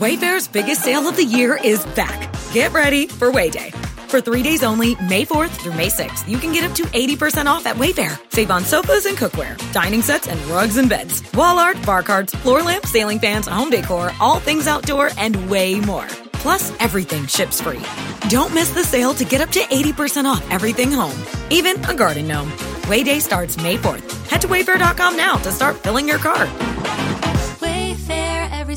Wayfair's biggest sale of the year is back. Get ready for Wayday. For three days only, May 4th through May 6th, you can get up to 80% off at Wayfair. Save on sofas and cookware, dining sets and rugs and beds, wall art, bar cards, floor lamps, sailing fans, home decor, all things outdoor, and way more. Plus, everything ships free. Don't miss the sale to get up to 80% off everything home, even a garden gnome. Wayday starts May 4th. Head to wayfair.com now to start filling your cart. Wayfair, every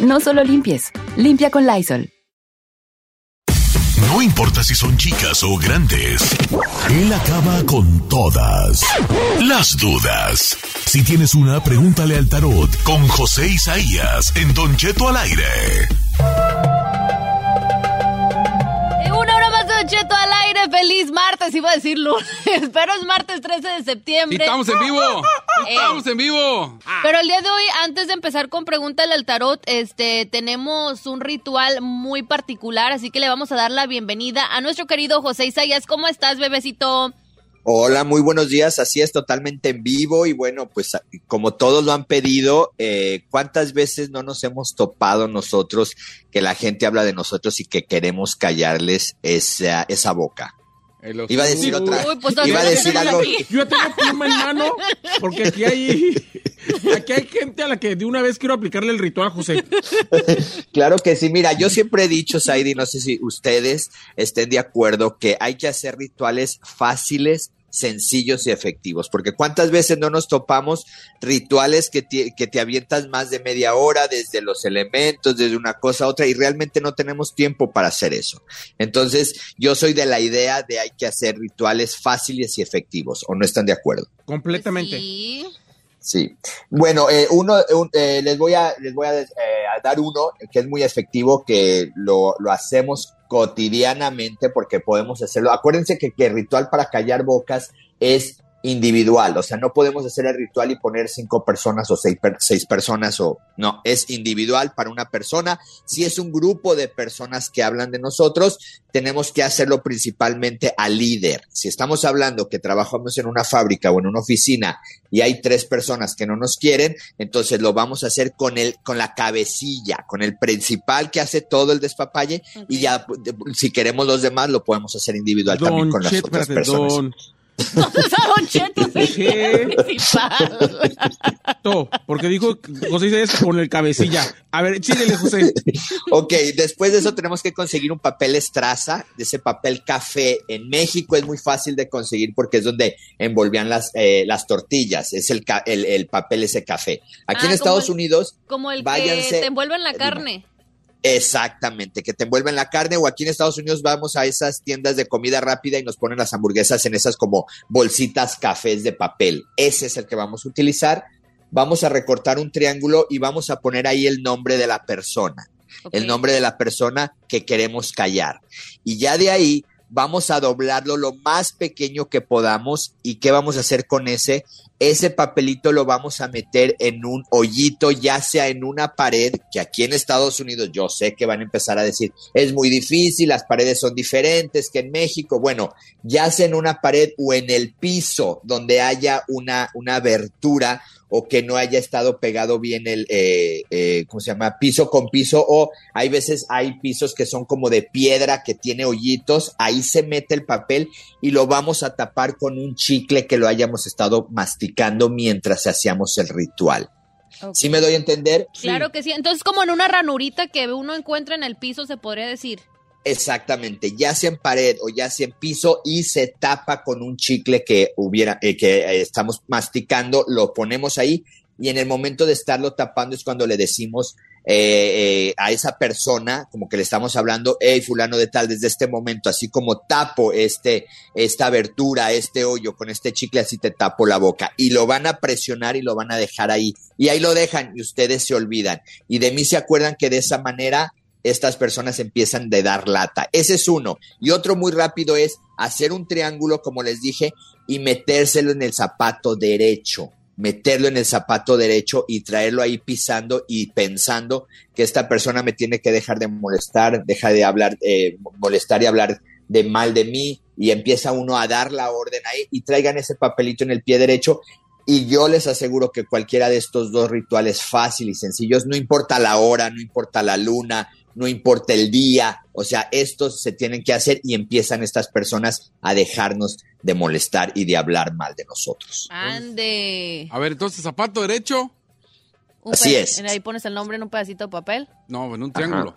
No solo limpies, limpia con Lysol. No importa si son chicas o grandes, él acaba con todas las dudas. Si tienes una, pregúntale al tarot con José Isaías en Don Cheto al aire. Eh, Una hora más de Don Cheto al aire. Feliz martes, iba a decir lunes, pero es martes 13 de septiembre. Sí, estamos en vivo. Eh. Estamos en vivo. Ah. Pero el día de hoy, antes de empezar con Pregúntale al Tarot, este, tenemos un ritual muy particular, así que le vamos a dar la bienvenida a nuestro querido José Isaías. ¿Cómo estás, bebecito? Hola, muy buenos días. Así es, totalmente en vivo. Y bueno, pues a- como todos lo han pedido, eh, ¿cuántas veces no nos hemos topado nosotros que la gente habla de nosotros y que queremos callarles esa, esa boca? Eh, los- Iba a decir otra. Uy, pues, Iba a no decir tenemos algo. aquí. Yo ya tengo pluma en mano porque aquí hay, aquí hay gente a la que de una vez quiero aplicarle el ritual, José. Claro que sí. Mira, yo siempre he dicho, Saidi, no sé si ustedes estén de acuerdo, que hay que hacer rituales fáciles sencillos y efectivos, porque cuántas veces no nos topamos rituales que te, que te avientas más de media hora desde los elementos, desde una cosa a otra, y realmente no tenemos tiempo para hacer eso. Entonces, yo soy de la idea de hay que hacer rituales fáciles y efectivos, o no están de acuerdo. Completamente. Sí. Sí. Bueno, eh, uno, un- eh, les voy, a, les voy a, eh, a dar uno que es muy efectivo, que lo, lo hacemos cotidianamente porque podemos hacerlo. Acuérdense que, que el ritual para callar bocas es individual, o sea, no podemos hacer el ritual y poner cinco personas o seis, per- seis personas o no, es individual para una persona. Si es un grupo de personas que hablan de nosotros, tenemos que hacerlo principalmente al líder. Si estamos hablando que trabajamos en una fábrica o en una oficina y hay tres personas que no nos quieren, entonces lo vamos a hacer con el, con la cabecilla, con el principal que hace todo el despapalle y ya pues, de- si queremos los demás lo podemos hacer individual también con las Cheto, otras espérate, personas. Don Don Cheto es el ¿Qué? principal. Cheto, porque dijo José Isaías con el cabecilla. A ver, chile, José. Ok, después de eso tenemos que conseguir un papel estraza, de ese papel café. En México es muy fácil de conseguir porque es donde envolvían las, eh, las tortillas, es el, ca- el, el papel ese café. Aquí Ah, en como Estados el- Unidos Como el que Váyanse. te envuelve en la carne. Exactamente, que te envuelven la carne o aquí en Estados Unidos vamos a esas tiendas de comida rápida y nos ponen las hamburguesas en esas como bolsitas cafés de papel. Ese es el que vamos a utilizar. Vamos a recortar un triángulo y vamos a poner ahí el nombre de la persona, Ok. el nombre de la persona que queremos callar. Y ya de ahí vamos a doblarlo lo más pequeño que podamos y qué vamos a hacer con ese ese papelito lo vamos a meter en un hoyito, ya sea en una pared, que aquí en Estados Unidos yo sé que van a empezar a decir, es muy difícil, las paredes son diferentes que en México. Bueno, ya sea en una pared o en el piso donde haya una, una abertura o que no haya estado pegado bien el, eh, eh, ¿cómo se llama? Piso con piso o hay veces hay pisos que son como de piedra que tiene hoyitos, ahí se mete el papel y lo vamos a tapar con un chicle que lo hayamos estado masticando mientras hacíamos el ritual. Ok. ¿Sí me doy a entender? Claro que sí. Entonces, como en una ranurita que uno encuentra en el piso, se podría decir. Pues, Exactamente, ya sea en pared o ya sea en piso y se tapa con un chicle que hubiera, eh, que eh, estamos masticando, lo ponemos ahí y en el momento de estarlo tapando es cuando le decimos eh, eh, a esa persona, como que le estamos hablando, hey fulano de tal, desde este momento, así como tapo este, esta abertura, este hoyo con este chicle, así te tapo la boca y lo van a presionar y lo van a dejar ahí y ahí lo dejan y ustedes se olvidan y de mí se acuerdan que de esa manera estas personas empiezan de dar lata. Ese es uno. Y otro muy rápido es hacer un triángulo, como les dije, y metérselo en el zapato derecho. Meterlo en el zapato derecho y traerlo ahí pisando y pensando que esta persona me tiene que dejar de molestar, deja de hablar, eh, molestar y hablar de mal de mí y empieza uno a dar la orden ahí y traigan ese papelito en el pie derecho y yo les aseguro que cualquiera de estos dos rituales fácil y sencillos, no importa la hora, no importa la luna, no importa el día, o sea, estos se tienen que hacer y empiezan estas personas a dejarnos de molestar y de hablar mal de nosotros. Ande. A ver, entonces, zapato derecho. Un Así pe- es. Ahí pones el nombre en un pedacito de papel. No, en un triángulo.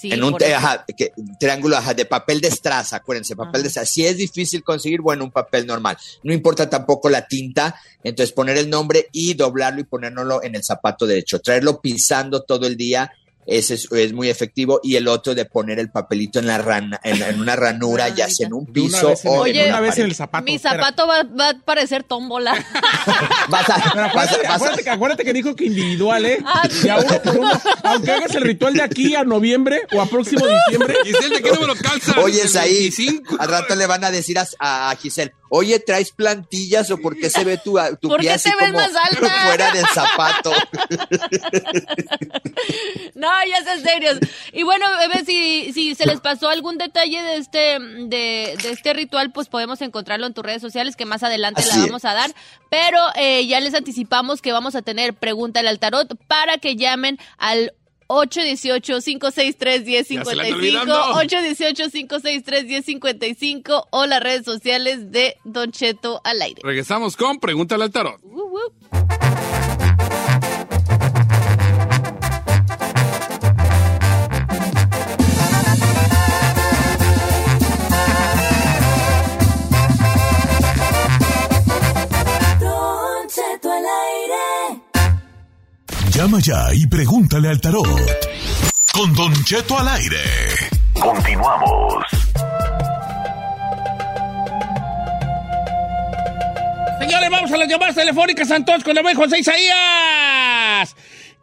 Sí, en un por eso. ajá, que- triángulo ajá, de papel de estraza, acuérdense, papel de estraza. Si es difícil conseguir, bueno, un papel normal. No importa tampoco la tinta, entonces poner el nombre y doblarlo y ponérnoslo en el zapato derecho. Traerlo pisando todo el día. Ese es, es muy efectivo. Y el otro de poner el papelito en la rana, en, en una ranura, ya sea en un De una piso vez en o el- Oye, en una una vez en pared. el zapato. Mi espera. zapato va, va a parecer tómbola. Vas a- Pero vas a- acuérdate, vas a- acuérdate que, acuérdate que dijo que individual, ¿eh? Ah, Y a uno por uno. Aunque hagas el ritual de aquí a noviembre o a próximo diciembre. Giselle, ¿de qué número calza? Oye, ¿El es ahí. 25? Al rato le van a decir a, a- a Giselle, oye, ¿traes plantillas o por qué se ve tu, a- tu ¿Por pie qué así te ves como más alta? fuera del zapato? No, ya es en serio. Y bueno, bebé, si, si se les pasó algún detalle de este, de, de este ritual, pues podemos encontrarlo en tus redes sociales, que más adelante Así la es. vamos a dar. Pero eh, ya les anticipamos que vamos a tener pregunta al tarot para que llamen al 818-563-1055, Ya se la ando olvidando. 818-563-1055 o las redes sociales de Don Cheto al aire. Regresamos con Pregúntale al Tarot. Uh, uh. Don Cheto al aire. Llama ya y pregúntale al tarot. Con Don Cheto al aire. Continuamos. Señores, vamos a las llamadas telefónicas Santos con el buen José Isaías,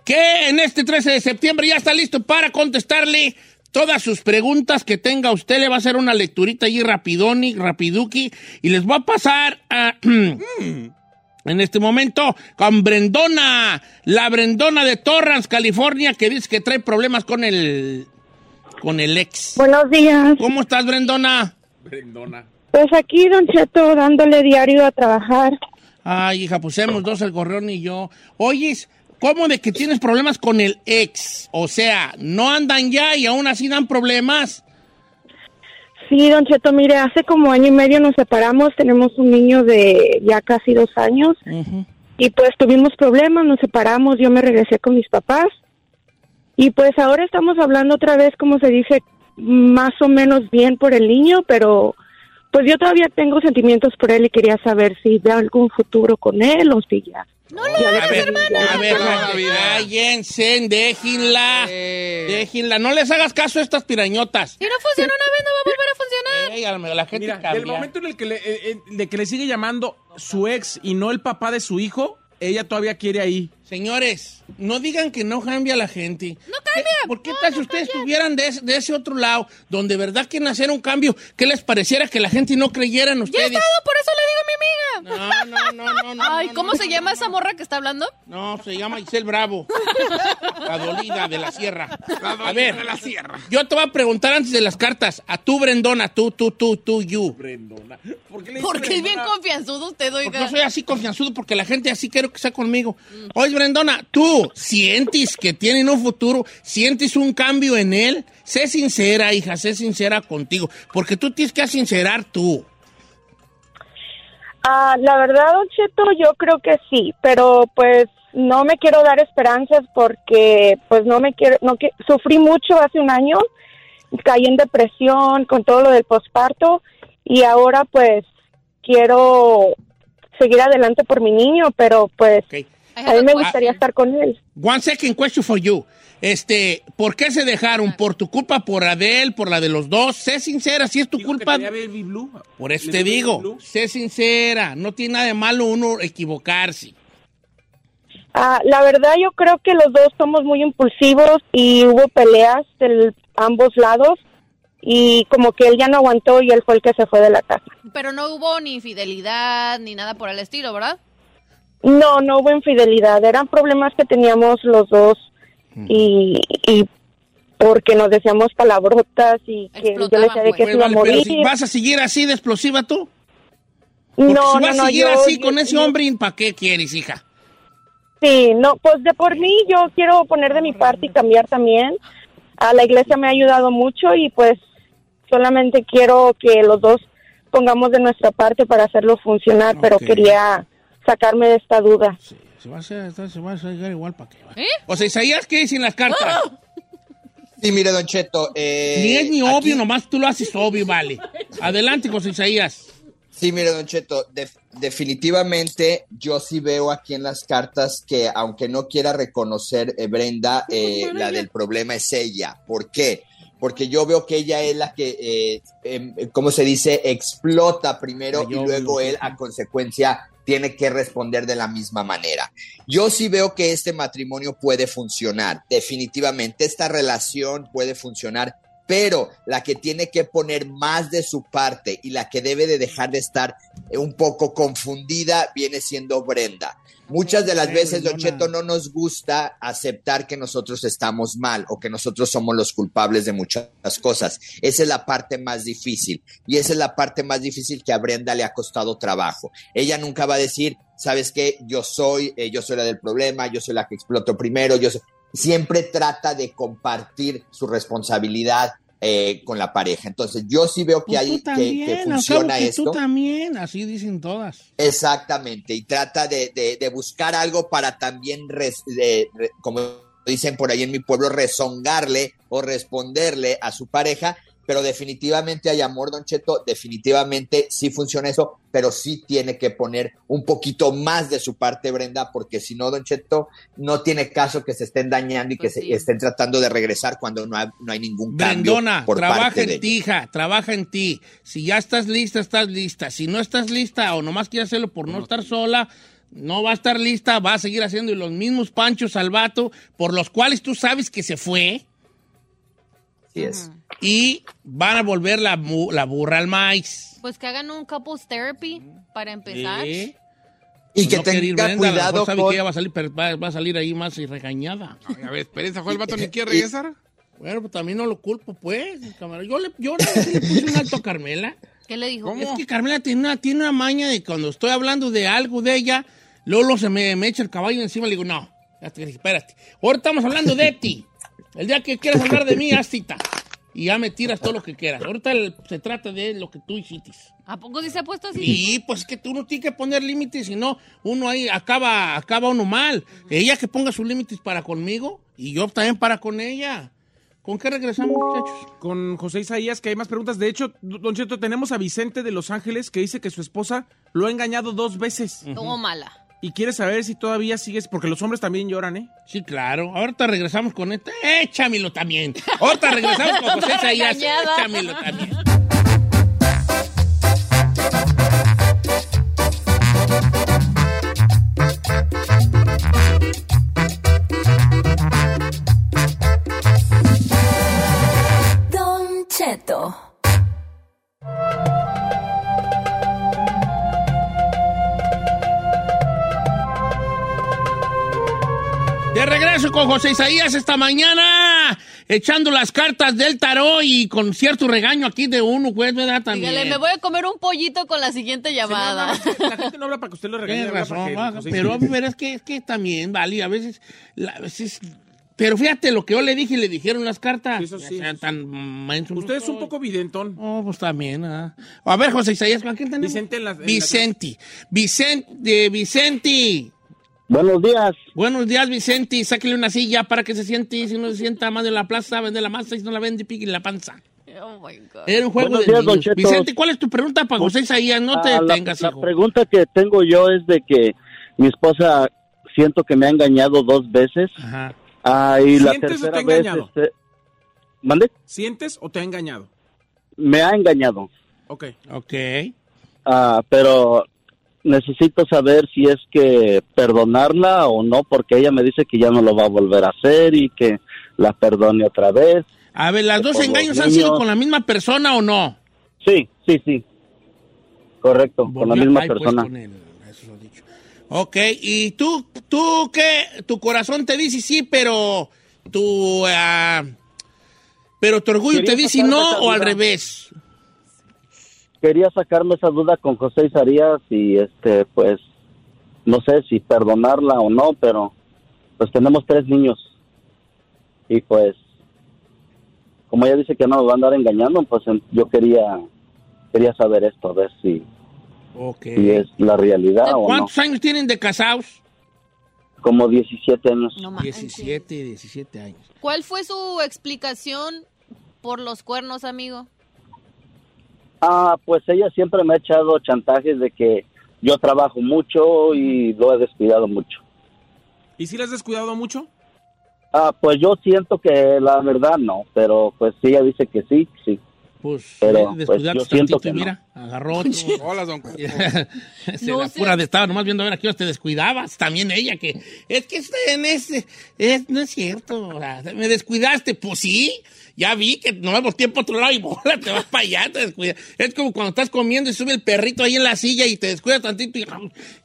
que en este 13 de septiembre ya está listo para contestarle todas sus preguntas que tenga usted. Le va a hacer una lecturita allí rapidoni, rapiduki, y les va a pasar a... En este momento, con Brendona, la Brendona de Torrance, California, que dice que trae problemas con el, con el ex. Buenos días. ¿Cómo estás, Brendona? Brendona. Pues aquí, Don Cheto, dándole diario a trabajar. Ay, hija, pues hemos dos, el gorrión y yo. Oyes, ¿cómo de que tienes problemas con el ex? O sea, no andan ya y aún así dan problemas. Sí, Don Cheto, mire, hace como año y medio nos separamos. Tenemos un niño de ya casi dos años. Y pues tuvimos problemas, nos separamos. Yo me regresé con mis papás. Y pues ahora estamos hablando otra vez, como se dice, más o menos bien por el niño, pero pues yo todavía tengo sentimientos por él y quería saber si veo algún futuro con él o si ya. No lo A ver, a ver, Toda la a ver, vida. cállense, déjenla, Eh. déjenla. No les hagas caso a estas pirañotas. Si no funcionó una vez, no va a volver a funcionar. Ey, a la la gente Mira, cambia. el momento en el que le, eh, eh, de que le sigue llamando su ex y no el papá de su hijo, ella todavía quiere ahí. Señores, no digan que no cambia la gente. No cambia. ¿Por qué tal si ustedes estuvieran de, es- de ese otro lado, donde verdad quieren hacer un cambio, que les pareciera que la gente no creyera en Yo he ustedes? estado, por eso le digo a mi amiga. No, no, no, no, no. Ay, no, ¿cómo no. se llama esa morra que está hablando? No, se llama Isel Bravo. La dolida de la sierra. A de ver, la sierra. yo te voy a preguntar antes de las cartas. A tú, Brendona, tú, tú, tú, tú, you. ¿Por qué le dice Porque es bien Brendona? confianzudo usted, Porque oiga. yo soy así confianzudo porque la gente así quiero que sea conmigo. Oye, Brendona, tú sientes que tienen un futuro, sientes un cambio en él. Sé sincera, hija, sé sincera contigo. Porque tú tienes que sincerar tú. Ah, la verdad, Don Cheto, yo creo que sí, pero pues no me quiero dar esperanzas porque pues no me quiero, no que sufrí mucho hace un año, caí en depresión con todo lo del posparto y ahora pues quiero seguir adelante por mi niño, pero pues Ok. a mí me gustaría estar con él. One second question for you. Este, ¿por qué se dejaron? ¿Por tu culpa, por la de él, por la de los dos? Sé sincera, si es tu Dijo que culpa. quería Baby Blue. Por eso ¿Le te dio Baby digo, Blue? sé sincera, no tiene nada de malo uno equivocarse. Ah, la verdad yo creo que los dos somos muy impulsivos y hubo peleas de ambos lados y como que él ya no aguantó y él fue el que se fue de la casa. Pero no hubo ni infidelidad ni nada por el estilo, ¿verdad? No, no hubo infidelidad, eran problemas que teníamos los dos y, y porque nos decíamos palabrotas y que yo le decía de que Pues se iba a vale, pero morir. si ¿Vas a seguir así de explosiva tú? Porque No, si no, vas no, a seguir yo- así yo- con ese yo- hombre, ¿para qué quieres, hija? Sí, no, pues de por mí yo quiero poner de mi parte y cambiar también. A la iglesia me ha ayudado mucho y pues solamente quiero que los dos pongamos de nuestra parte para hacerlo funcionar, pero Ok. quería sacarme de esta duda. Se va a hacer, se va a hacer igual, ¿para qué? ¿Eh? Ah. O sea, Isaías, ¿qué dicen las cartas? Sí, mire, Don Cheto. eh, ni es ni obvio, nomás tú lo haces obvio, vale. Adelante, José Isaías. Sí, mire, Don Cheto, de- definitivamente yo sí veo aquí en las cartas que, aunque no quiera reconocer eh, Brenda, eh, la del problema es ella. ¿Por qué? Porque yo veo que ella es la que, eh, em, ¿cómo se dice? Explota primero y luego él, a consecuencia, tiene que responder de la misma manera. Yo sí veo que este matrimonio puede funcionar, definitivamente. Esta relación puede funcionar pero la que tiene que poner más de su parte y la que debe de dejar de estar eh, un poco confundida viene siendo Brenda. Muchas de las veces, Don Cheto, no nos gusta aceptar que nosotros estamos mal o que nosotros somos los culpables de muchas cosas. Esa es la parte más difícil y esa es la parte más difícil que a Brenda le ha costado trabajo. Ella nunca va a decir, ¿sabes qué? Yo soy, eh, yo soy la del problema, yo soy la que exploto primero, yo soy siempre trata de compartir su responsabilidad eh, con la pareja. Entonces, yo sí veo que, Pues hay, tú que- también, que al cabo funciona que esto. Tú también, así dicen todas. Exactamente, y trata de, de- de buscar algo para también, res- de- re- como dicen por ahí en mi pueblo, rezongarle o responderle a su pareja, pero definitivamente hay amor, Don Cheto, definitivamente sí funciona eso, pero sí tiene que poner un poquito más de su parte, Brenda, porque si no, Don Cheto, no tiene caso que se estén dañando y que se estén tratando de regresar cuando no, ha- no hay ningún cambio Brendona, por trabaja parte de en ella. ti, hija, trabaja en ti. Si ya estás lista, estás lista. Si no estás lista o nomás quieres hacerlo por no, estar sola, no va a estar lista, va a seguir haciendo los mismos panchos al vato, por los cuales tú sabes que se fue. Así es. Y van a volver la, mu- la burra al maíz. Pues que hagan un couples therapy para empezar. ¿Eh? Y que No quiere ir tenga Brenda, a lo cuidado mejor sabe con- que ella va a salir, per- va, va a salir ahí más y regañada. A ver, espérense, ¿fue el vato ni quiere regresar? Bueno, pues también no lo culpo, pues, camarada. Yo le, yo no sé si le puse un alto a Carmela. ¿Qué le dijo? Es que Carmela tiene una, tiene una maña de cuando estoy hablando de algo de ella, Lolo se me, me echa el caballo encima y le digo, no, hasta que dije, espérate. Ahora estamos hablando de ti. El día que quieras hablar de mí, haz cita. Y ya me tiras todo lo que quieras. Ahorita el- se trata de lo que tú hiciste. ¿A poco sí se ha puesto así? Y pues es que tú no tienes que poner límites, sino uno ahí acaba, acaba uno mal. Ella que ponga sus límites para conmigo y yo también para con ella. ¿Con qué regresamos, muchachos? Con José Isaías, que hay más preguntas. De hecho, Don Cheto, tenemos a Vicente de Los Ángeles que dice que su esposa lo ha engañado dos veces. Todo mala. Y quiere saber si todavía sigues, porque los hombres también lloran, ¿eh? Sí, claro. Ahorita regresamos con este. Échamelo también. Ahorita regresamos con José Sayas. Regañada. Échamelo también. Don Cheto. De regreso con José Isaías esta mañana, echando las cartas del tarot y con cierto regaño aquí de uno, pues, ¿verdad? También. Dígale, me voy a comer un pollito con la siguiente llamada. La gente no habla para que usted lo regañe. Tienes habla para razón, que va, José pero, Isaías- pero es, que, es que también, vale, a veces, la- a veces... Pero fíjate lo que yo le dije y le dijeron las cartas. Eso sí, O sea, eso sí. tan menso no Usted es un soy. poco videntón. Oh, pues también. ah. A ver, José Isaías, ¿con quién tenemos? Vicente en la- en la- Vicente. Vicente. Vicente. Buenos días. Buenos días, Vicente. Sáquele una silla para que se siente. y Si no se sienta más de la plaza, vende la masa. Y si no la vende, pique la panza. oh my God. Era un juego Buenos de días, don niños. Cheto. Vicente, ¿cuál es tu pregunta para José Isaías? No te Ah, la- detengas, la, hijo. pregunta que tengo yo es de que mi esposa siento que me ha engañado dos veces. Ajá. Ah, y la ¿Sientes o te tercera ha vez, engañado? este, ¿Mande? ¿Sientes o te ha engañado? Me ha engañado. Ok. Ok. Ah, pero necesito saber si es que perdonarla o no, porque ella me dice que ya no lo va a volver a hacer y que la perdone otra vez. A ver, ¿las que dos por los engaños han niños- sido con la misma persona o no? Sí, sí, sí. Correcto, con la Volvió misma a caer, pues, persona. con él, eso lo he dicho. Ok, y tú, tú que tu corazón te dice sí, pero tu, ah, pero tu orgullo Quería te dice sacarme no esa o al duda. revés. Quería sacarme esa duda con José Isaías y este, pues, no sé si perdonarla o no, pero pues tenemos tres niños y pues, como ella dice que no nos va a andar engañando, pues en- yo quería quería saber esto, a ver si, Ok. si es la realidad o no. ¿Cuántos años tienen de casados? Como 17 años. 17, 17 años. ¿Cuál fue su explicación por los cuernos, amigo? Ah, pues ella siempre me ha echado chantajes de que yo trabajo mucho y lo he descuidado mucho. ¿Y si la has descuidado mucho? Ah, pues yo siento que la verdad no, pero pues sí, ella dice que sí, sí. Pues, pero eh, pues descuidaste yo siento tantito que y no. mira, agarró otro. Hola, don Se la pura de estaba nomás viendo a ver a qué horas te descuidabas. También ella que es que es- en ese- es- no es cierto. o sea, me descuidaste, pues sí. Ya vi que no vemos tiempo a otro lado y bola, te vas para allá, te descuidas. Es como cuando estás comiendo y sube el perrito ahí en la silla y te descuidas tantito y,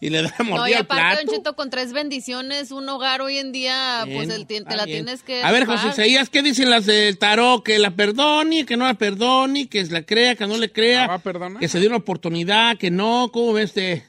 y le da No, y mordida al aparte, plato. Don Cheto, con tres bendiciones, un hogar hoy en día, Bien, pues el, ti- está te la bien. tienes que... A ver, rifar. José Isaías, ¿qué dicen las del tarot? Que la perdone, que no la perdone, que la crea, que no le crea. Que se dé una oportunidad, que no. ¿Cómo ves este?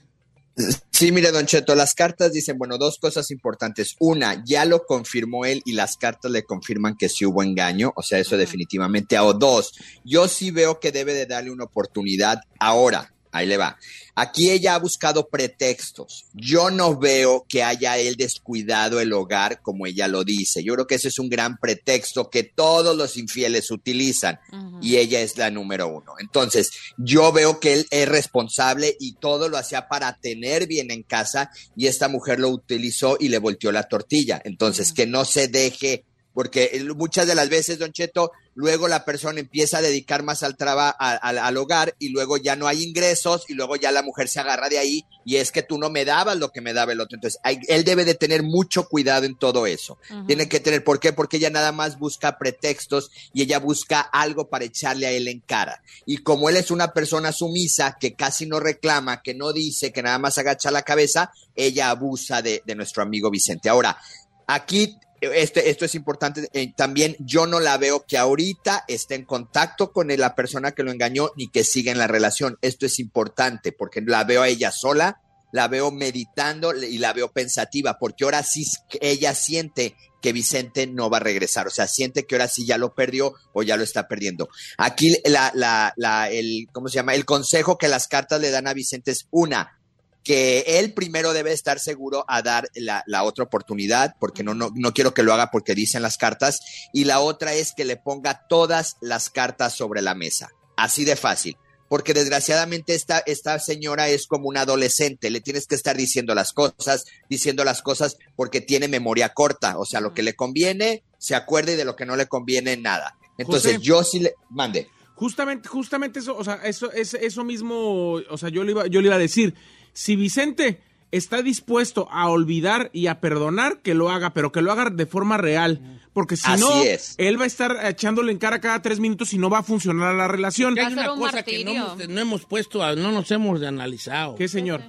Sí, mire, Don Cheto, las cartas dicen, bueno, dos cosas importantes. Una, ya lo confirmó él y las cartas le confirman que sí hubo engaño, o sea, eso definitivamente. O dos, yo sí veo que debe de darle una oportunidad ahora. Ahí le va. Aquí ella ha buscado pretextos. Yo no veo que haya él descuidado el hogar como ella lo dice. Yo creo que ese es un gran pretexto que todos los infieles utilizan y ella es la número uno. Entonces, yo veo que él es responsable y todo lo hacía para tener bien en casa y esta mujer lo utilizó y le volteó la tortilla. Entonces, que no se deje, porque el- muchas de las veces, don Cheto, luego la persona empieza a dedicar más al trabajo, al, al hogar y luego ya no hay ingresos y luego ya la mujer se agarra de ahí y es que tú no me dabas lo que me daba el otro. Entonces, hay- él debe de tener mucho cuidado en todo eso. Ajá. Tiene que tener, ¿por qué? Porque ella nada más busca pretextos y ella busca algo para echarle a él en cara. Y como él es una persona sumisa, que casi no reclama, que no dice, que nada más agacha la cabeza, ella abusa de, de nuestro amigo Vicente. Ahora, aquí, este, esto es importante, eh, también yo no la veo que ahorita esté en contacto con la persona que lo engañó ni que siga en la relación. Esto es importante porque la veo a ella sola, la veo meditando y la veo pensativa, porque ahora sí s- ella siente que Vicente no va a regresar, o sea, siente que ahora sí ya lo perdió o ya lo está perdiendo. Aquí la, la, la, el, ¿cómo se llama? El consejo que las cartas le dan a Vicente es una, que él primero debe estar seguro a dar la, la otra oportunidad, porque no, no, no quiero que lo haga porque dicen las cartas, y la otra es que le ponga todas las cartas sobre la mesa, así de fácil, porque desgraciadamente esta, esta señora es como una adolescente, le tienes que estar diciendo las cosas, diciendo las cosas porque tiene memoria corta, o sea, lo que le conviene se acuerda y de lo que no le conviene nada. Entonces José. yo sí le mande. Justamente, justamente eso, o sea, eso, es, eso mismo, o sea, yo le, iba, yo le iba a decir, si Vicente está dispuesto a olvidar y a perdonar, que lo haga, pero que lo haga de forma real, porque si Así no, es. él va a estar echándole en cara cada tres minutos y no va a funcionar la relación. Que hay una cosa que no hemos, no hemos puesto, a- no nos hemos analizado. ¿Qué, señor?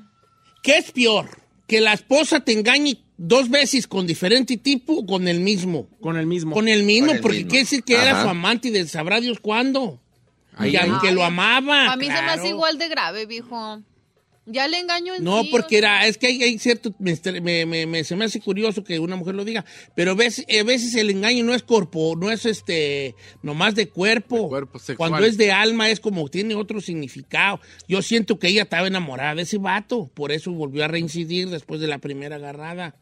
¿Qué es peor? ¿Que la esposa te engañe dos veces con diferente tipo o con el mismo? Con el mismo. Con el mismo, Con el porque mismo. quiere decir que era Ajá. su amante y de sabrá Dios cuándo. Ahí, y ahí. aunque lo Ay, amaba. A mí se me claro. hace igual de grave, viejo. Ya le engaño en No, sí, o porque era, es que hay, hay cierto, me, estre- me- me- me- se me hace curioso que una mujer lo diga, pero ves- a veces el engaño no es corpo, no es este, nomás de cuerpo. Cuando es de alma es como tiene otro significado. Yo siento que ella estaba enamorada de ese vato, por eso volvió a reincidir después de la primera agarrada.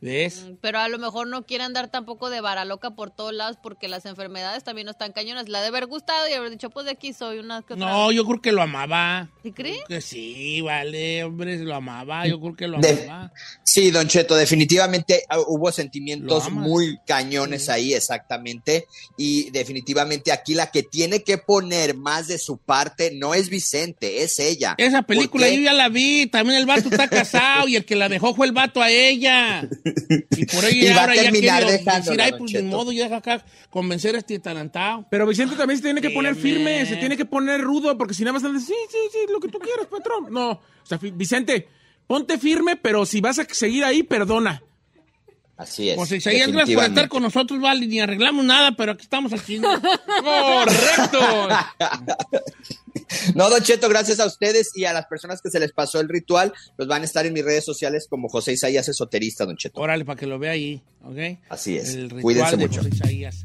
¿Ves? Pero a lo mejor no quiere andar tampoco de varaloca por todos lados porque las enfermedades también no están cañonas. La de haber gustado y haber dicho, pues de aquí soy una. que otra. No, yo creo que lo amaba. ¿Sí crees? Que sí, vale, hombre, lo amaba. Yo creo que lo De- amaba. Sí, Don Cheto, definitivamente ah, hubo sentimientos Lo amas. muy cañones ahí, exactamente. Y definitivamente aquí la que tiene que poner más de su parte no es Vicente, es ella. Esa película Porque- yo ya la vi. También el vato está casado y el que la dejó fue el vato a ella. Y por ello Y va ya a ahora ya terminar quiere decir, dejándola, ay, don pues ni Cheto". modo, ya deja acá convencer a este tarantado. Pero Vicente también se tiene que Sí, poner firme, man. se tiene que poner rudo, porque si nada más andas, sí, sí, sí, lo que tú quieras, patrón. No, o sea, fi- Vicente, ponte firme, pero si vas a seguir ahí, perdona. Así es. Pues Isaías, gracias por estar definitivamente. con nosotros, vale, ni arreglamos nada, pero aquí estamos aquí. ¿no? Correcto. No, Don Cheto, gracias a ustedes y a las personas que se les pasó el ritual, los van a estar en mis redes sociales como José Isaías Esoterista, Don Cheto. Órale, para que lo vea ahí, ¿ok? Así es. El ritual Cuídense de mucho. José Isaías.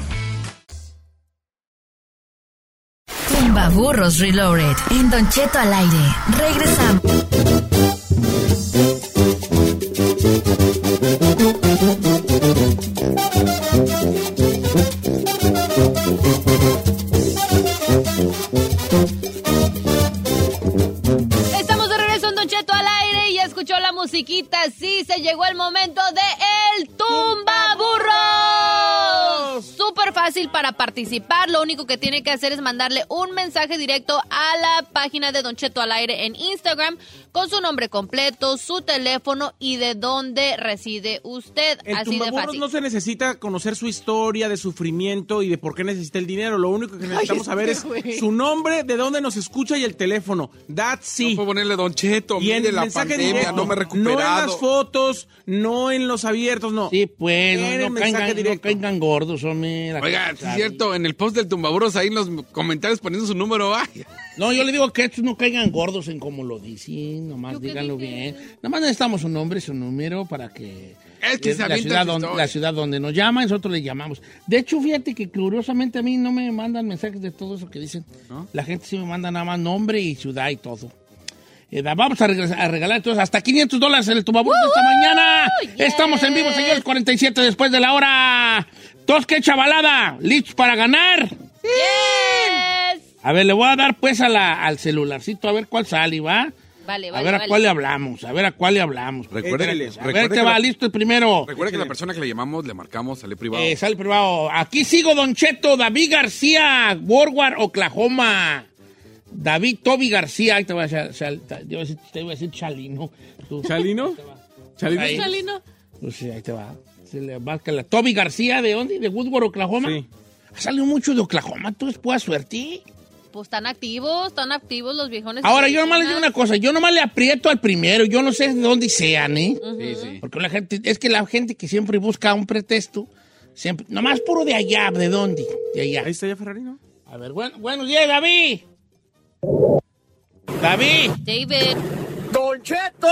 Tumbaburros Reloaded. En Don Cheto al aire. Regresamos. Estamos de regreso en Don Cheto al aire y ya escuchó la musiquita. Sí, se llegó el momento de El Tumba Burros. Súper fácil para participar. Lo único que tiene que hacer es mandarle un mensaje directo a la página de Don Cheto al aire en Instagram con su nombre completo, su teléfono y de dónde reside usted. El Así de tumbaburros fácil. no se necesita conocer su historia de sufrimiento y de por qué necesita el dinero. Lo único que necesitamos este saber es güey. su nombre, de dónde nos escucha y el teléfono. That's it. Puedo ponerle Don Cheto, y en mire la mensaje pandemia, directo. no me he No en recuperado. las fotos, no en los abiertos, no. Sí, pues, En no, el no mensaje caigan, no directo. caigan gordos, hombre. La Oiga, cosa sí es sabe. cierto, en el post del tumbaburos ahí en los comentarios poniendo su número, ay. No, yo le digo que estos no caigan gordos en como lo dicen, nomás díganlo bien. Nomás necesitamos su nombre, su número para que... Es que eh, se la, avienta ciudad su donde, historia. la ciudad donde nos llaman, nosotros le llamamos. De hecho, fíjate que curiosamente a mí no me mandan mensajes de todo eso que dicen. La gente sí me manda nada más nombre y ciudad y todo. Eh, da- vamos a, regresar- a regalar entonces hasta 500 dólares en el tumbaburro de esta mañana. Estamos en vivo, señores, 47 después de la hora. Tosque chavalada, listos para ganar. A ver, le voy a dar pues a la- al celularcito a ver cuál sale, ¿va? Vale, a vale. ver a vale. cuál le hablamos, a ver a cuál le hablamos. Recuerde- Espérate, a recuerde ver, te que va, la- listo el primero. Recuerda que la persona que le llamamos, le marcamos, sale privado. Eh, sale privado. Aquí sigo, Don Cheto, David García, Warwar, Oklahoma. David Toby García, ahí te voy a decir, sal- te iba a decir- te iba a decir Chalino. Tú- ¿Chalino? ¿Chalino? Ahí. Chalino. Pues sí, ahí te va. Se le marca la. Toby García, ¿de dónde? ¿De Woodward, Oklahoma? Sí. Salió mucho de Oklahoma, tú es pura suerte. ¿eh? Pues están activos, están activos los viejones. Ahora, yo nomás les digo una cosa, yo nomás le aprieto al primero, yo no sé de dónde sean, ¿eh? Porque la gente, es que la gente que siempre busca un pretexto, siempre, nomás puro de allá, ¿de dónde? De allá. Ahí está ya Ferrarino. A ver, bueno, buenos días, David. David. David. ¡Don Cheto!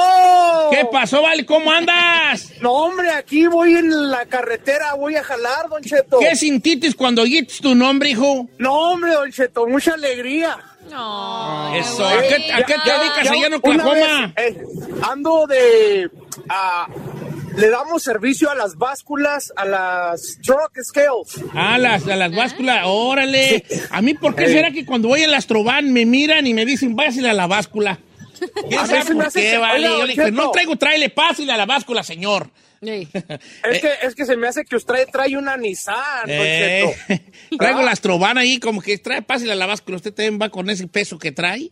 ¿Qué pasó, Vale? ¿Cómo andas? No, hombre, aquí voy en la carretera, voy a jalar, Don Cheto. ¿Qué sintiste cuando oíste tu nombre, hijo? No, hombre, Don Cheto, mucha alegría. Ah. No. Eso, ¿a qué, a qué te dedicas allá en una Oklahoma? vez, eh, ando de... ah, le damos servicio a las básculas, a las truck scales. Eh. Ah, las, a las básculas, órale. A mí, ¿por qué será que cuando voy al Astroban me miran y me dicen, váyasele a la báscula? ¿Quién A sabe veces me por hace- qué, vale? Oiga, Yo don le dije, Cheto. no traigo, tráele, pásale a la báscula, señor. Es, que, es que se me hace que usted trae una Nissan, Don Eh, Cheto. traigo Ah. la Astroban ahí, como que trae, pásale a la báscula. Usted también va con ese peso que trae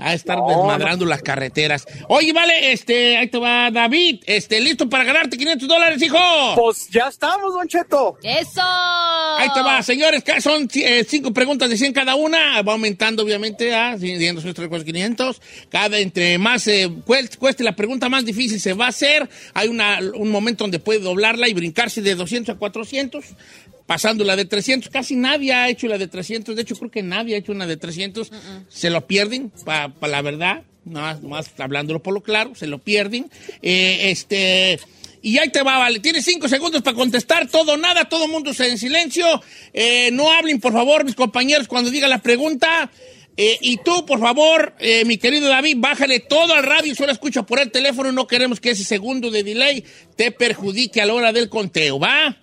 a estar Oh. desmadrando las carreteras. Oye, vale, este, ahí te va David, este, listo para ganarte 500 dólares, hijo. Pues ya estamos, Don Cheto. ¡Eso! Ahí te Oh. va, señores, que son eh, cinco preguntas de 100 cada una, va aumentando obviamente ah, a 100, 500. Cada entre más eh, cuel- cueste la pregunta, más difícil se va a hacer. Hay una, un momento donde puede doblarla y brincarse de 200 a 400, pasando la de 300. Casi nadie ha hecho la de 300, de hecho creo que nadie ha hecho una de 300. Se lo pierden, para la verdad, más, más hablándolo por lo claro, se lo pierden. Eh, este... Y ahí te va, vale. Tienes cinco segundos para contestar todo, o nada, todo mundo en silencio. Eh, no hablen, por favor, mis compañeros, cuando diga la pregunta. Eh, y tú, por favor, eh, mi querido David, bájale todo al radio, solo escucha por el teléfono. No queremos que ese segundo de delay te perjudique a la hora del conteo, ¿va?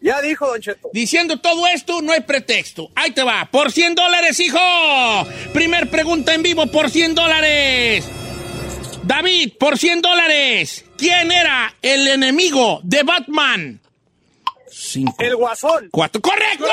Ya dijo, Don Cheto. Diciendo todo esto, no hay pretexto. Ahí te va. Por 100 dólares, hijo. Primer pregunta en vivo por 100 dólares. David, por 100 dólares. ¿Quién era el enemigo de Batman? El guasón. Cuatro. ¡Correcto!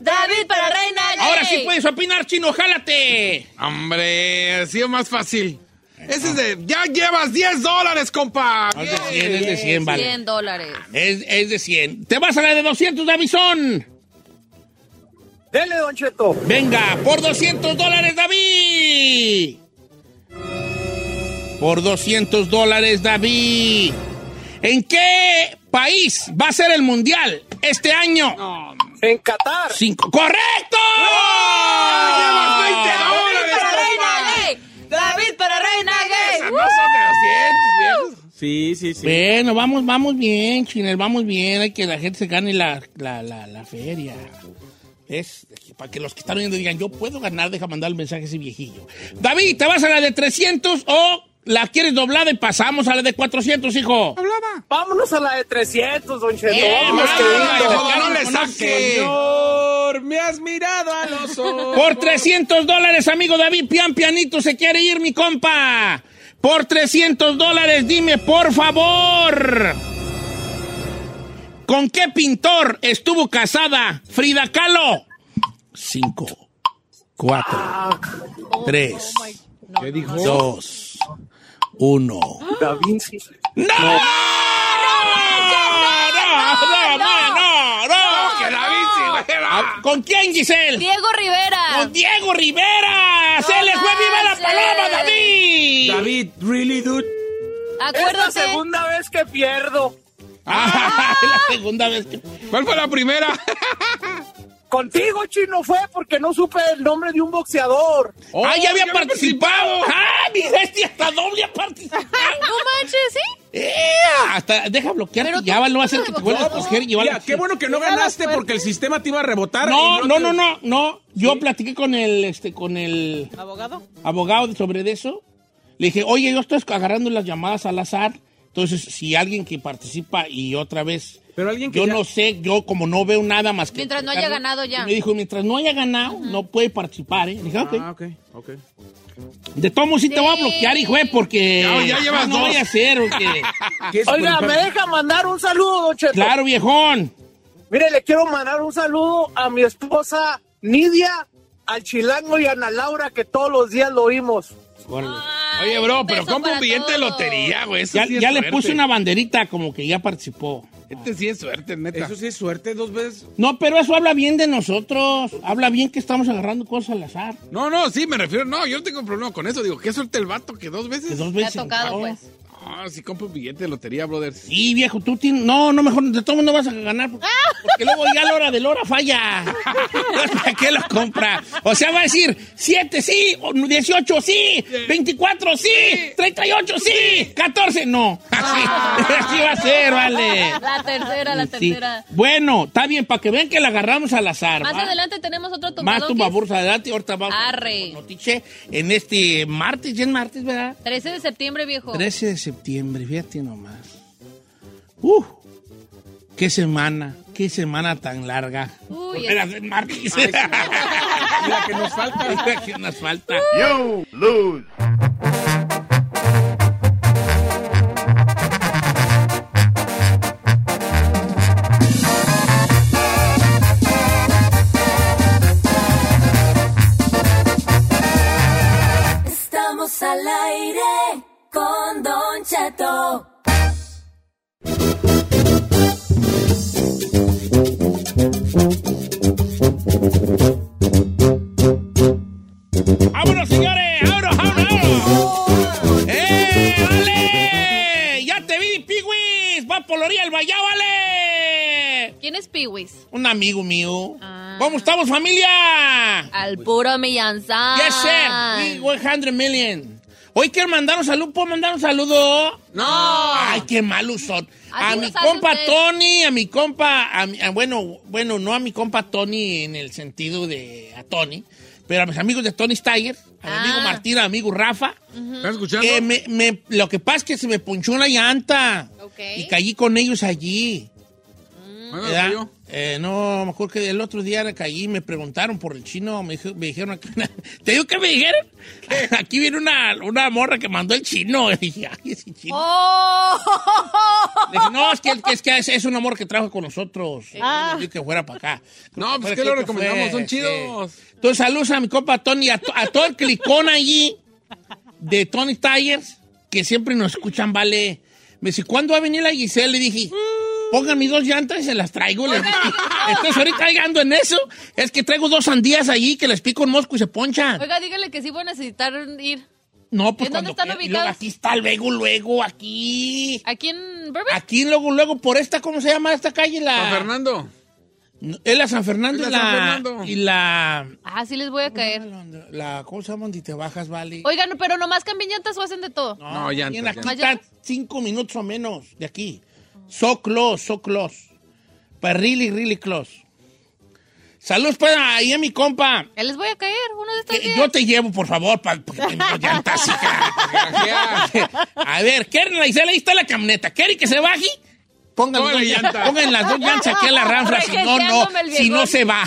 David para Reina Gay. Ahora sí puedes opinar, chino. Jálate. Hombre, ha sido más fácil. Ese es de. ¡Ya llevas 10 dólares, compa! Es de 100, es de 100, vale. 100 dólares. Es, es de 100. Te vas a la de 200, Davison. Dele, Don Cheto. Venga, por 200 dólares, David. Por 200 dólares, David. ¿En qué país va a ser el mundial este año? En Qatar. Cinco. ¡Correcto! David para Reina Gay. David para Reina Gay. Sí, sí, sí. Bueno, vamos, vamos bien, Chinel, vamos bien. Hay que la gente se gane la, la, la, la feria. Es para que los que están viendo digan, yo puedo ganar, deja mandar el mensaje a ese viejillo. David, ¿te vas a la de 300 o la quieres doblada y pasamos a la de 400, hijo? Vámonos a la de 300, Don Cheto. Bien, Vámonos, bravo, querido. bravo, bravo. ¡No le saque! Señor, me has mirado a los ojos. Por 300 dólares, amigo David, pian pianito, se quiere ir, mi compa. Por 300 dólares, dime, por favor. ¿Con qué pintor estuvo casada Frida Kahlo? Cinco, Ah, cuatro, tres, ¿Qué dijo? dos, uno. Da Vinci. ¡No! ¡No! ¡No! ¡No! ¡No! ¡No! ¡No! ¡Que la bici, güey, va! Ah, ¿Con quién, Giselle? Diego Rivera. ¡Con Diego Rivera! No ¡Se les fue viva la manches. paloma, David! David, really dude. Es la Acuérdate. segunda vez que pierdo. Ah, es la segunda vez que... ¿Cuál fue la primera? Contigo, chino, fue porque no supe el nombre de un boxeador. Oh, ¡Ah, ya ya había había participado! ¡Ah, mi bestia, hasta doble ha participado! No manches, ¿sí? ¡Eh! Hasta deja bloquear Pero y ya va, no va a tú ser no que me te vuelvas a bloqueas. escoger y llevarla. Mira, qué bueno que no ganaste porque el sistema te iba a rebotar. No, y no, te- no, no, no. Yo platiqué con el, este, con el ¿Abogado? abogado de- sobre de eso. Le dije, oye, yo estoy agarrando las llamadas al azar. Entonces, si alguien que participa y otra vez, Pero alguien que yo ya- no sé, yo como no veo nada más que... Mientras no haya ganado ya. Y Me dijo, mientras no haya ganado, no puede participar, ¿eh? Le dije, ok. Ah, ok, ok. De todos modos, sí, te voy a bloquear, hijo, eh, porque... Ya, ya llevas no dos. voy a hacer, eh, porque... ¿Qué es- Oiga, me deja mandar un saludo, Don Cheto. claro, viejón. Mire, le quiero mandar un saludo a mi esposa Nidia, al chilango y a Ana Laura, que todos los días lo oímos. Ay, Oye, bro, pero beso compra para un billete de todos. lotería, güey. Eso Ya, sí es ya le suerte. puse una banderita como que ya participó. Este sí es suerte, neta. Eso sí es suerte, dos veces. No, pero eso habla bien de nosotros. Habla bien que estamos agarrando cosas al azar. No, no, sí, me refiero. No, yo no tengo problema con eso. Digo, qué suerte el vato que dos Que veces. dos Me ha veces. tocado, no. pues. No, si compro un billete de lotería, brother. Sí, viejo, tú tienes. No, no, mejor de todo no vas a ganar. Porque, porque luego ya a la hora de la hora falla. ¿Para qué lo compra? O sea, va a decir 7 sí, 18 sí, 24 sí, 38 sí, 14 no. Así, así va a ser, vale. La tercera, la Sí. tercera. Bueno, está bien, para que vean que la agarramos al azar. Más ¿va? adelante Ah. tenemos otro tumbador. Más tumbabursa adelante, ahorita vamos a Arre. notiche en este martes, ya es martes, ¿verdad? 13 de septiembre, viejo. 13 de septiembre, fíjate nomás. ¡Uh! ¡Qué semana! ¡Qué semana tan larga! Uy, Era de martes. La que nos falta. La que nos falta. You lose. Estamos al aire con Don Cheto. ¡Vámonos, señores! ¡Vámonos, vámonos, vámonos! ¡Eh, vale! ¡Ya te vi, Piwis! ¡Va por la orilla del Bayá, vale! ¿Quién es Piwis? Ah. Un amigo mío. ¿Cómo estamos, familia? Al puro millanzán. Yes, sir. We 100 million. Hoy quiero mandar un saludo. ¿Puedo mandar un saludo? No. Ay, qué malo son. Así A no mi sale compa usted. Tony, a mi compa, a mi- a- bueno, bueno, no a mi compa Tony en el sentido de a Tony, pero a mis amigos de Tony Tiger, a mi Ah. amigo Martín, a mi amigo Rafa. ¿Estás escuchando? Que me- me- lo que pasa es que se me ponchó una llanta y caí con ellos allí. Ah, Bueno, ¿Verdad? soy yo. Eh, no, me acuerdo que el otro día caí y me preguntaron por el chino. Me, dijo- me dijeron acá. ¿Te digo que me dijeron? Aquí viene una, una morra que mandó el chino. Y dije, ay, ese chino. Le dije, no, es que, es, que es, es un amor que trajo con nosotros. Y Ah. nos dijo que fuera para acá. No, pues, Fuera ¿qué lo que fue, recomendamos? Son este, chidos. Entonces, saludos a mi compa Tony, a, to- a todo el clicón allí de Tony Tires, que siempre nos escuchan, vale. Me dice, ¿cuándo va a venir la Giselle? Le dije, pongan mis dos llantas y se las traigo. Le dije. Entonces, ahorita ahí ando en eso. Es que traigo dos sandías allí que les pico un mosco y se ponchan. Oiga, dígale que sí voy a necesitar ir. No, pues ¿En dónde cuando están quiera. Y ubicados? luego aquí está, luego, luego, aquí. ¿Aquí en Burbank? Aquí, luego, luego, por esta, ¿cómo se llama esta calle? La... San Fernando. No, Es la San Fernando, Es y la San la- Fernando. y la... Ah, sí les voy a caer. la ¿Cómo se llama donde te bajas, vale? Oigan, pero nomás cambian llantas o hacen de todo. No, ya. llantas, aquí llantas. está cinco minutos o menos de aquí. So close, so close. But really, really close. Saludos pues ahí a mi compa. Ya les voy a caer uno de estos Eh, días. Yo te llevo, por favor, para que tengo llantas, hija. A ver, Keren, la Isela, ahí está la camioneta. ¿Quieren que se baje? Pongan, Toda las la dos llanta. llan- pongan las dos llantas aquí a la ranfla, si no, no, Regenteándome el si no viejón. se va.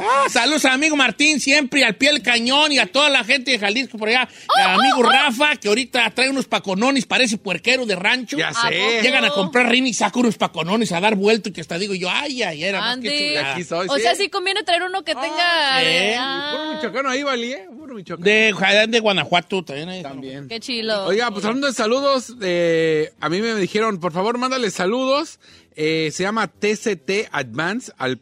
Ah, saludos al amigo Martín, siempre al pie del cañón y a toda la gente de Jalisco por allá. Y al amigo Rafa, que ahorita trae unos paconones, parece puerquero de rancho. Ya sé. Llegan a comprar rin y sacan unos paconones a dar vuelta y que hasta digo yo, ay, ay, era más que Ah, Ande. chulada. o sea, sí conviene traer uno que tenga... sí. Ah, Puro michoacano ahí, valía. Puro michoacano. De, Jaén de Guanajuato también. hay. También. qué chilo. Oiga, pues hablando de saludos, eh, a mí me dijeron, por favor, mándale saludos. Eh, se llama TCT Advance al, ¿Eh?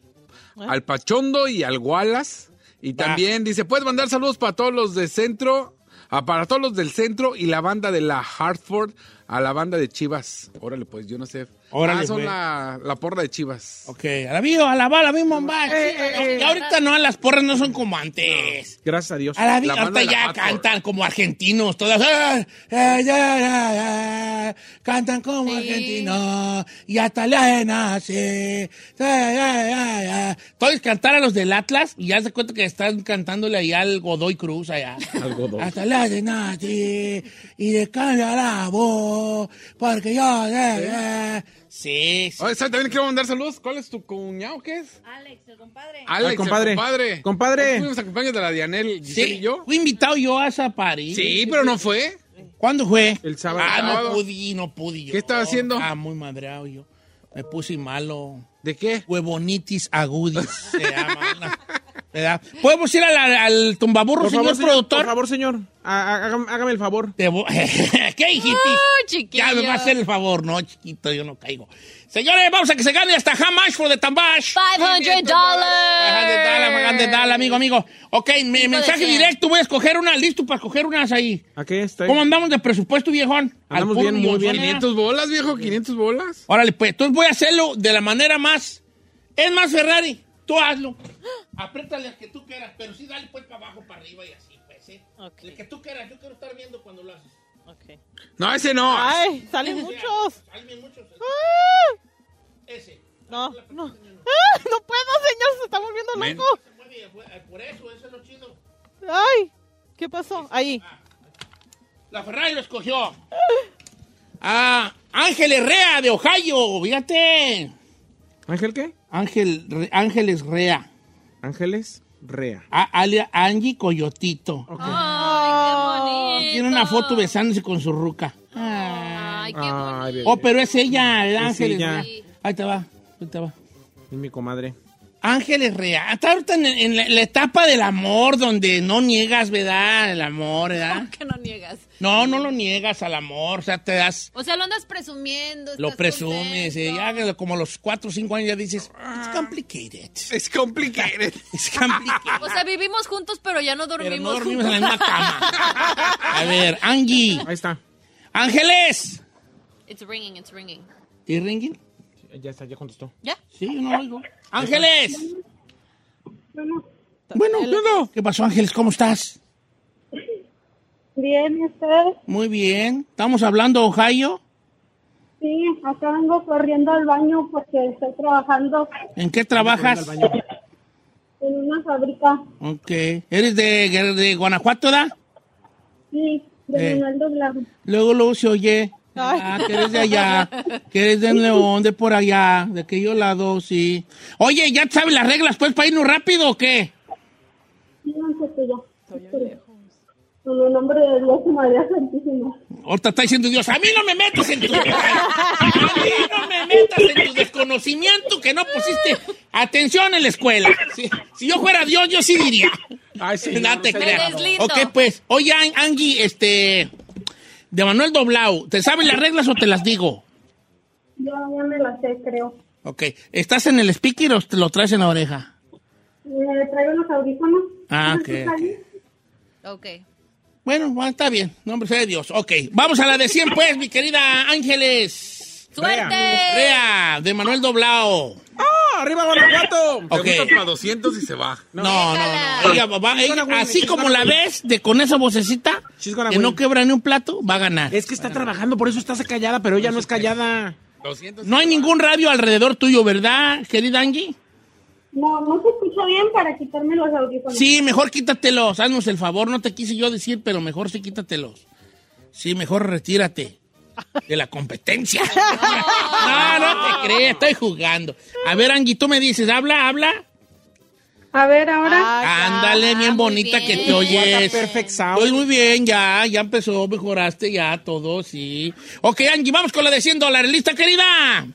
al Pachondo y al Wallace. Ah. Y también dice, puedes mandar saludos para todos los de centro, ah, para todos los del centro y la banda de la Hartford a la banda de Chivas. Órale, pues, yo no sé. Órale, ah, son güey. la, la porra de Chivas. Ok, a la vio, a la va, a la misma va. Eh, sí, y ahorita no, las porras no son como antes. Gracias a Dios. A la vida, banda ahorita de la ya Hartford. cantan como argentinos, todas. ah, ah, ya, ya, ya, cantan como argentinos y hasta la nace. Todos cantar a los del Atlas y ya se cuenta que están cantándole ahí al Godoy Cruz allá. Hasta la de Nati y de Cala la voz, porque yo. eh, eh. Sí, sí. Oye, ¿sabes? También quiero mandar saludos. ¿Cuál es tu cuñado? ¿Qué es? Alex, el compadre. Alex, Ay, el compadre. compadre. Compadre. Fuimos a cumpleaños de la Dianel, Giselle Sí, y yo. Ah, Fui invitado yo a esa party. Sí, pero no fue. ¿Cuándo fue? El sábado. Ah, sábado. no pude, no pude yo. ¿Qué estaba haciendo? Ah, muy madreado yo. Me puse malo. ¿De qué? Huevonitis agudis se llama. una- ¿Verdad? ¿Podemos ir al, al tumbaburro, Por señor favor, señor, productor? Por favor, señor. ha- ha- hágame, hágame el favor. Te vo- ¿Qué qué, hijitito? No, chiquillo. Ya me va a hacer el favor, no, chiquito, yo no caigo. Señores, vamos a que se gane hasta how much for the tambash. $500. $500, $500, amigo, amigo. Ok, Hijo mi de mensaje cien. directo, voy a escoger una, listo para escoger unas ahí. Aquí estoy. ¿Cómo andamos de presupuesto, viejón? Andamos bien, muy bien. 500 bolas, viejo, 500 bolas. Órale, pues, entonces voy a hacerlo de la manera más... Es más, Ferrari, tú hazlo. Apriétale al que tú quieras, pero sí dale pues para abajo, para arriba y así, pues, ¿eh? El que tú quieras, yo quiero estar viendo cuando lo haces. No, ese no. Ay, salen muchos. Hay bien muchos. ¿eh? Ah, Ese. No, no. Ah, no puedo, señor, se está volviendo Men. loco. Se mueve, eh, Por eso, eso es lo chido. Ay, ¿qué pasó? Ahí. La Ferrari lo escogió. Ah, Ángel Herrea de Ohio, fíjate. ¿Ángel qué? Ángel, Re- Ángeles Rea. Ángeles Rea. A- alia Angie Coyotito. Tiene una foto besándose con su ruca. Ay, qué Ay, bebé. Oh, pero es ella, el Es Ángeles ella. Rea. Ahí te va, ahí te va. Es mi comadre. Ángeles Rea. Está ahorita en, en la, la etapa del amor, donde no niegas, ¿verdad? El amor, ¿verdad? que no niegas. No, no lo niegas al amor, o sea, te das... O sea, lo andas presumiendo. Lo estás presumes, eh, contento. ya que como a los 4 o 5 años ya dices, it's complicated. Es complicated. It's complicated. O sea, vivimos juntos, pero ya no dormimos. Pero no dormimos en juntos. la misma cama. A ver, Angie. Ahí está. Ángeles. It's ringing, it's ringing. ¿Y ringing? Ya está, ya contestó. ¿Ya? Sí, yo no lo oigo. Ángeles. Bueno, ¿qué pasó, Ángeles? ¿Cómo estás? Bien, ¿y usted? Muy bien. Estamos hablando, Ohio. Sí, acá vengo corriendo al baño porque estoy trabajando ¿En qué trabajas? en una fábrica. Ok. ¿Eres de, de Guanajuato, da? Sí, Eh. de Manuel Doblado. Luego, luego se oye. Ah, que eres de allá, que eres de León, de por allá, de aquello lado, sí. Oye, ¿ya sabes las reglas, pues, para irnos rápido o qué? Fíjense que pues, ya. Con el nombre de Dios y María Santísima. Ahorita está diciendo Dios, a mí no me metas en tu... A mí no me metas en tu desconocimiento que no pusiste atención en la escuela. Si, si yo fuera Dios, yo sí diría. Ay, sí. No te no sé. creas. deslindo. Ok, pues, oye, An- Angie, este... De Manuel Doblao, ¿te sabes las reglas o te las digo? Yo ya me la sé, creo. Ok, ¿estás en el speaker o te lo traes en la oreja? Me traigo los Eh, audífonos. Ah, ¿Me ok, escucha ok. bien? Ok. Bueno, bueno, está bien. Nombre sea de Dios. Ok, vamos a la de 100, pues, mi querida Ángeles. ¡Suerte! Rea, de Manuel Doblao. ¡Ah, arriba Guanajuato! Ok. Te botas para 200 y se va. No, no, no. Oiga, va- She's gonna ella, win, así she's como gonna la win. ves, de con esa vocecita, She's gonna que no win. quebra ni un plato, va a ganar. Es que está trabajando, por eso estás callada, pero ella no es callada. 200 No hay ningún radio alrededor tuyo, ¿verdad, querida Angie? No, no se escucha bien para quitarme los audífonos. Sí, mejor quítatelos. Haznos el favor. No te quise yo decir, pero mejor sí quítatelos. Sí, mejor retírate de la competencia. No, no te crees. Estoy jugando. A ver, Angie, tú me dices, habla, habla. A ver, ahora. Ah. Ándale, bien muy bonita bien. que te What a oyes. perfect sound. Estoy muy bien, ya, ya empezó, mejoraste ya todo, sí. Ok, Angie, vamos con la de 100 dólares, ¿lista, querida?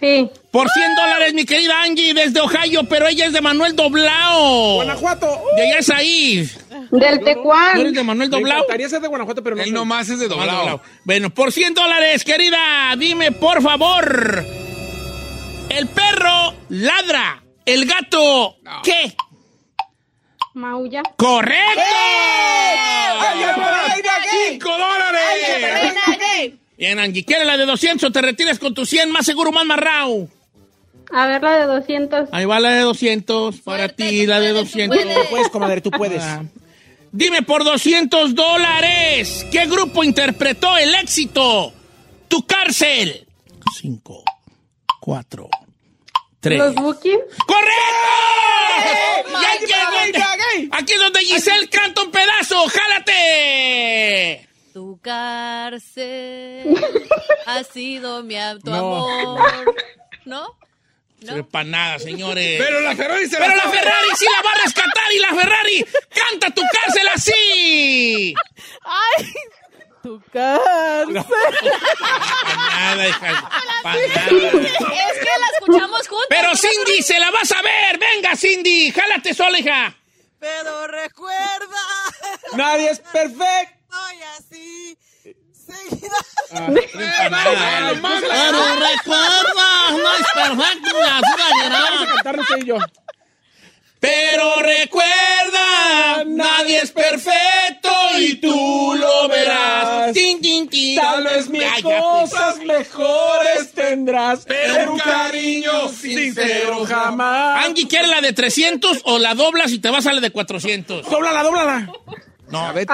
Sí. Por 100 dólares, mi querida Angie, desde Ohio, pero ella es de Manuel Doblao. Guanajuato. De allá es ahí. Del ¿Tú Tecuán. eres de Manuel Me Doblao? encantaría ser de Guanajuato, pero no. Él soy. nomás es de Manuel doblado. Doblao. Bueno, por 100 dólares, querida, dime, por favor. El perro ladra, el gato, ¿qué? Maulla. ¡Correcto! ¡Ay, ya me voy, de aquí! ¡Cinco dólares! Bien, Angie, ¿quieres la de 200 o te retiras con tu 100? Más seguro, más marrao. A ver, la de 200. Ahí va la de 200 para Suerte, ti, tú la de puedes, tú 200. puedes. Tú puedes, comadre, tú puedes. Ah. Dime por 200 dólares, ¿qué grupo interpretó el éxito? Tu cárcel. 5, 4, 3. Los Bookies. ¡Correcto! Angie, Ya para llegó. América, gay. Aquí es donde Giselle canta un pedazo. ¡Jálate! Tu cárcel ha sido mi a- tu No. amor. ¿No? Pero para nada, señores. Pero la Ferrari se Pero la sabe. Ferrari sí la va a rescatar y la Ferrari canta tu cárcel así. Ay, tu cárcel. Nada, hija, pa' nada. Es que la escuchamos juntos. Pero Cindy se la vas a ver. Venga, Cindy, jálate sola, hija. Pero recuerda, Nadie es perfecto. soy así. Sé seguidas. Ah, Pero recuerda, no es perfecto, me ayuda a llorar. Pero recuerda, nadie es perfecto y tú lo verás. Tin, tin, tin. Tal vez mis Ay, ya, pues. cosas mejores tendrás, Pero un cariño sincero Ah. jamás. Angie, ¿quieres la de 300 o la doblas y te vas a la de 400? Dóblala, dóblala. No, A ver,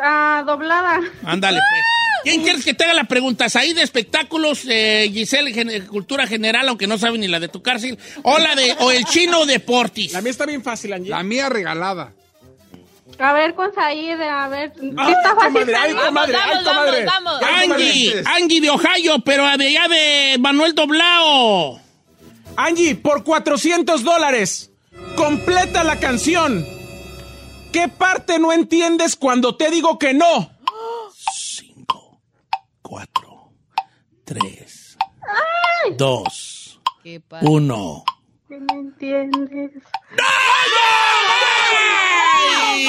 ah, doblada. Ándale, pues. ¿Quién quieres que te haga la pregunta? Ahí de espectáculos, eh, Giselle, gen- cultura general, aunque no sabe ni la de tu cárcel, o la de, o el chino deportis. La mía está bien fácil, Angie. La mía regalada. A ver, con Said, a ver. ¿sí Ay, está fácil, comadre, ay, Said? comadre, ay, comadre. vamos, vamos. Angie, Angie de Ohio, pero de allá de Manuel Doblao. Angie, por 400 dólares, completa la canción. ¿Qué parte no entiendes cuando te digo que no? Tres, Ay, dos, ¿Qué pasa? uno. ¿Qué me entiendes? ¡Angie,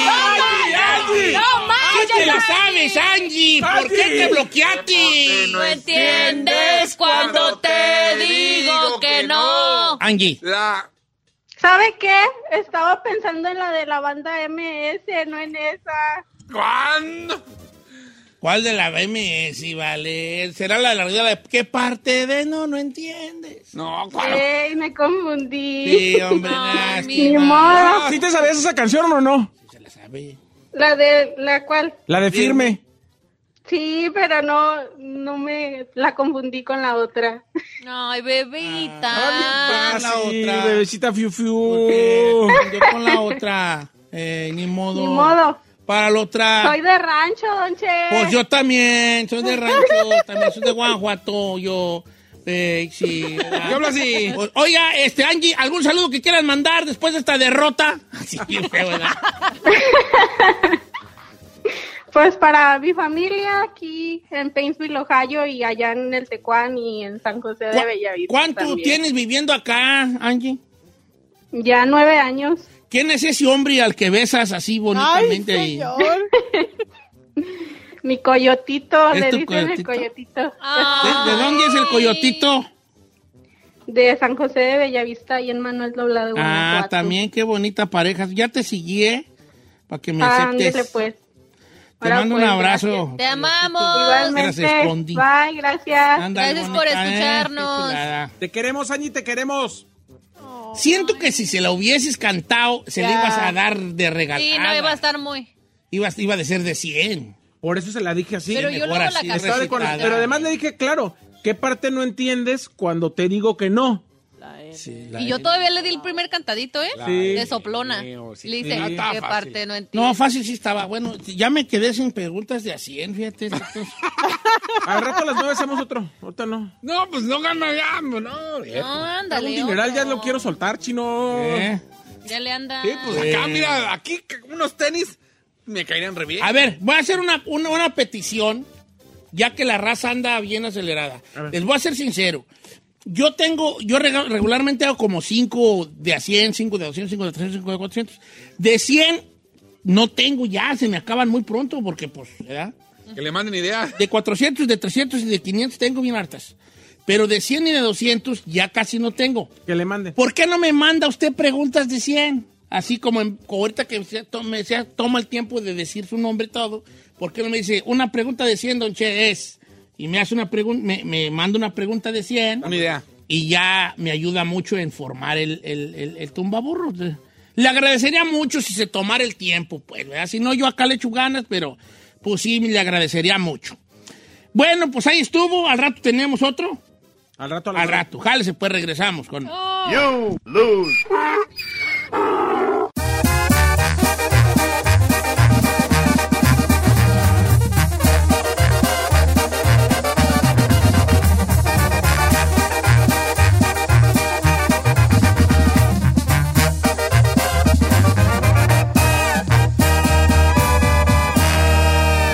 Angie! ¡No manches, ¿Qué te la Angie! sabes, Angie? ¿Por qué te bloqueaste? No entiendes cuando te digo que no. Angie. ¿Sabe qué? Estaba pensando en la de la banda MS, no en esa. ¿Cuándo? ¿Cuál de la BMS, vale? ¿Será la de la regla de qué parte de no? No entiendes. No, Ey, me confundí. Sí, hombre, Ni modo. Ah, ¿Sí te sabías esa canción o no? La de la cual. La de firme. Sí, pero no, no me la confundí con la otra. Ay, bebita. Ah, Sí, bebecita fiu fiu. Yo con la otra. Eh, ni modo. Ni modo. Para la otra. Soy de rancho, don Che. Pues yo también, soy de rancho, también soy de Guanajuato, yo. Eh, sí. Yo hablo así. O- Oiga, este, Angie, ¿algún saludo que quieras mandar después de esta derrota? Sí, bien feo, ¿verdad? Pues para mi familia aquí en Painesville, Ohio y allá en el Tecuán y en San José de Bellavista. ¿Cuánto también. tienes viviendo acá, Angie? Ya nueve años. ¿Quién es ese hombre al que besas así bonitamente? ahí? Mi coyotito, ¿Es le tu dicen el coyotito? coyotito. ¿De, de dónde es el coyotito? De San José de Bellavista y en Manuel Doblado. Ah, Guanajuato. también, qué bonita pareja. Ya te seguí, Para que me Ah, aceptes. Ándele, pues. Te Ahora, mando un pues, abrazo. gracias. Te amamos. Igualmente. Gracias, Condi. Bye, gracias. Anda, Gracias por bonita, ¿eh? escucharnos. Qué chulada. Te queremos, Angie, te queremos. Siento que si se la hubieses cantado, se la Ya. ibas a dar de regalada. Sí, no iba a estar muy. Iba, iba a ser de 100. Por eso se la dije así. Pero yo mejor luego la así, canté. Estaba de recitada. con- Pero además le dije, claro, ¿qué parte no entiendes cuando te digo que no? Y yo todavía le di el primer cantadito, ¿eh? Sí. De soplona. Le dice, Sí. Está ¿qué fácil. parte no entiendo? No, fácil sí estaba. Bueno, ya me quedé sin preguntas de a 100, fíjate. entonces. Al rato a las nueve hacemos otro. Ahorita no. No, pues no gana ya, no. No, Un ándale. Eh, pues, dineral ya otro. lo quiero soltar, chino. ¿Eh? Ya le anda. Sí, pues acá, mira, aquí unos tenis me caerían re bien. A ver, voy a hacer una, una, una petición, ya que la raza anda bien acelerada. Les voy a ser sincero. Yo tengo, yo rega- regularmente hago como 5 de a 100, 5 de 200, 5 de 300, 5 de 400. De 100 no tengo ya, se me acaban muy pronto porque pues, ¿verdad? Que le manden ideas. De 400, de 300 y de 500 tengo bien hartas. Pero de 100 y de 200 ya casi no tengo. Que le manden. ¿Por qué no me manda usted preguntas de 100? Así como en- como ahorita que se to- me sea- toma el tiempo de decir su nombre y todo, ¿por qué no me dice una pregunta de 100, don Che, es? Y me hace una pregunta, me, me manda una pregunta de 100 Una idea. y ya me ayuda mucho en formar el, el, el, el tumbaburro. Le agradecería mucho si se tomara el tiempo, pues, ¿verdad? Si no, yo acá le echo ganas, pero pues sí, le agradecería mucho. Bueno, pues ahí estuvo, al rato tenemos otro. Al rato a las Al rato, jálese, pues regresamos con...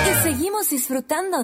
Y seguimos disfrutando. disfrutando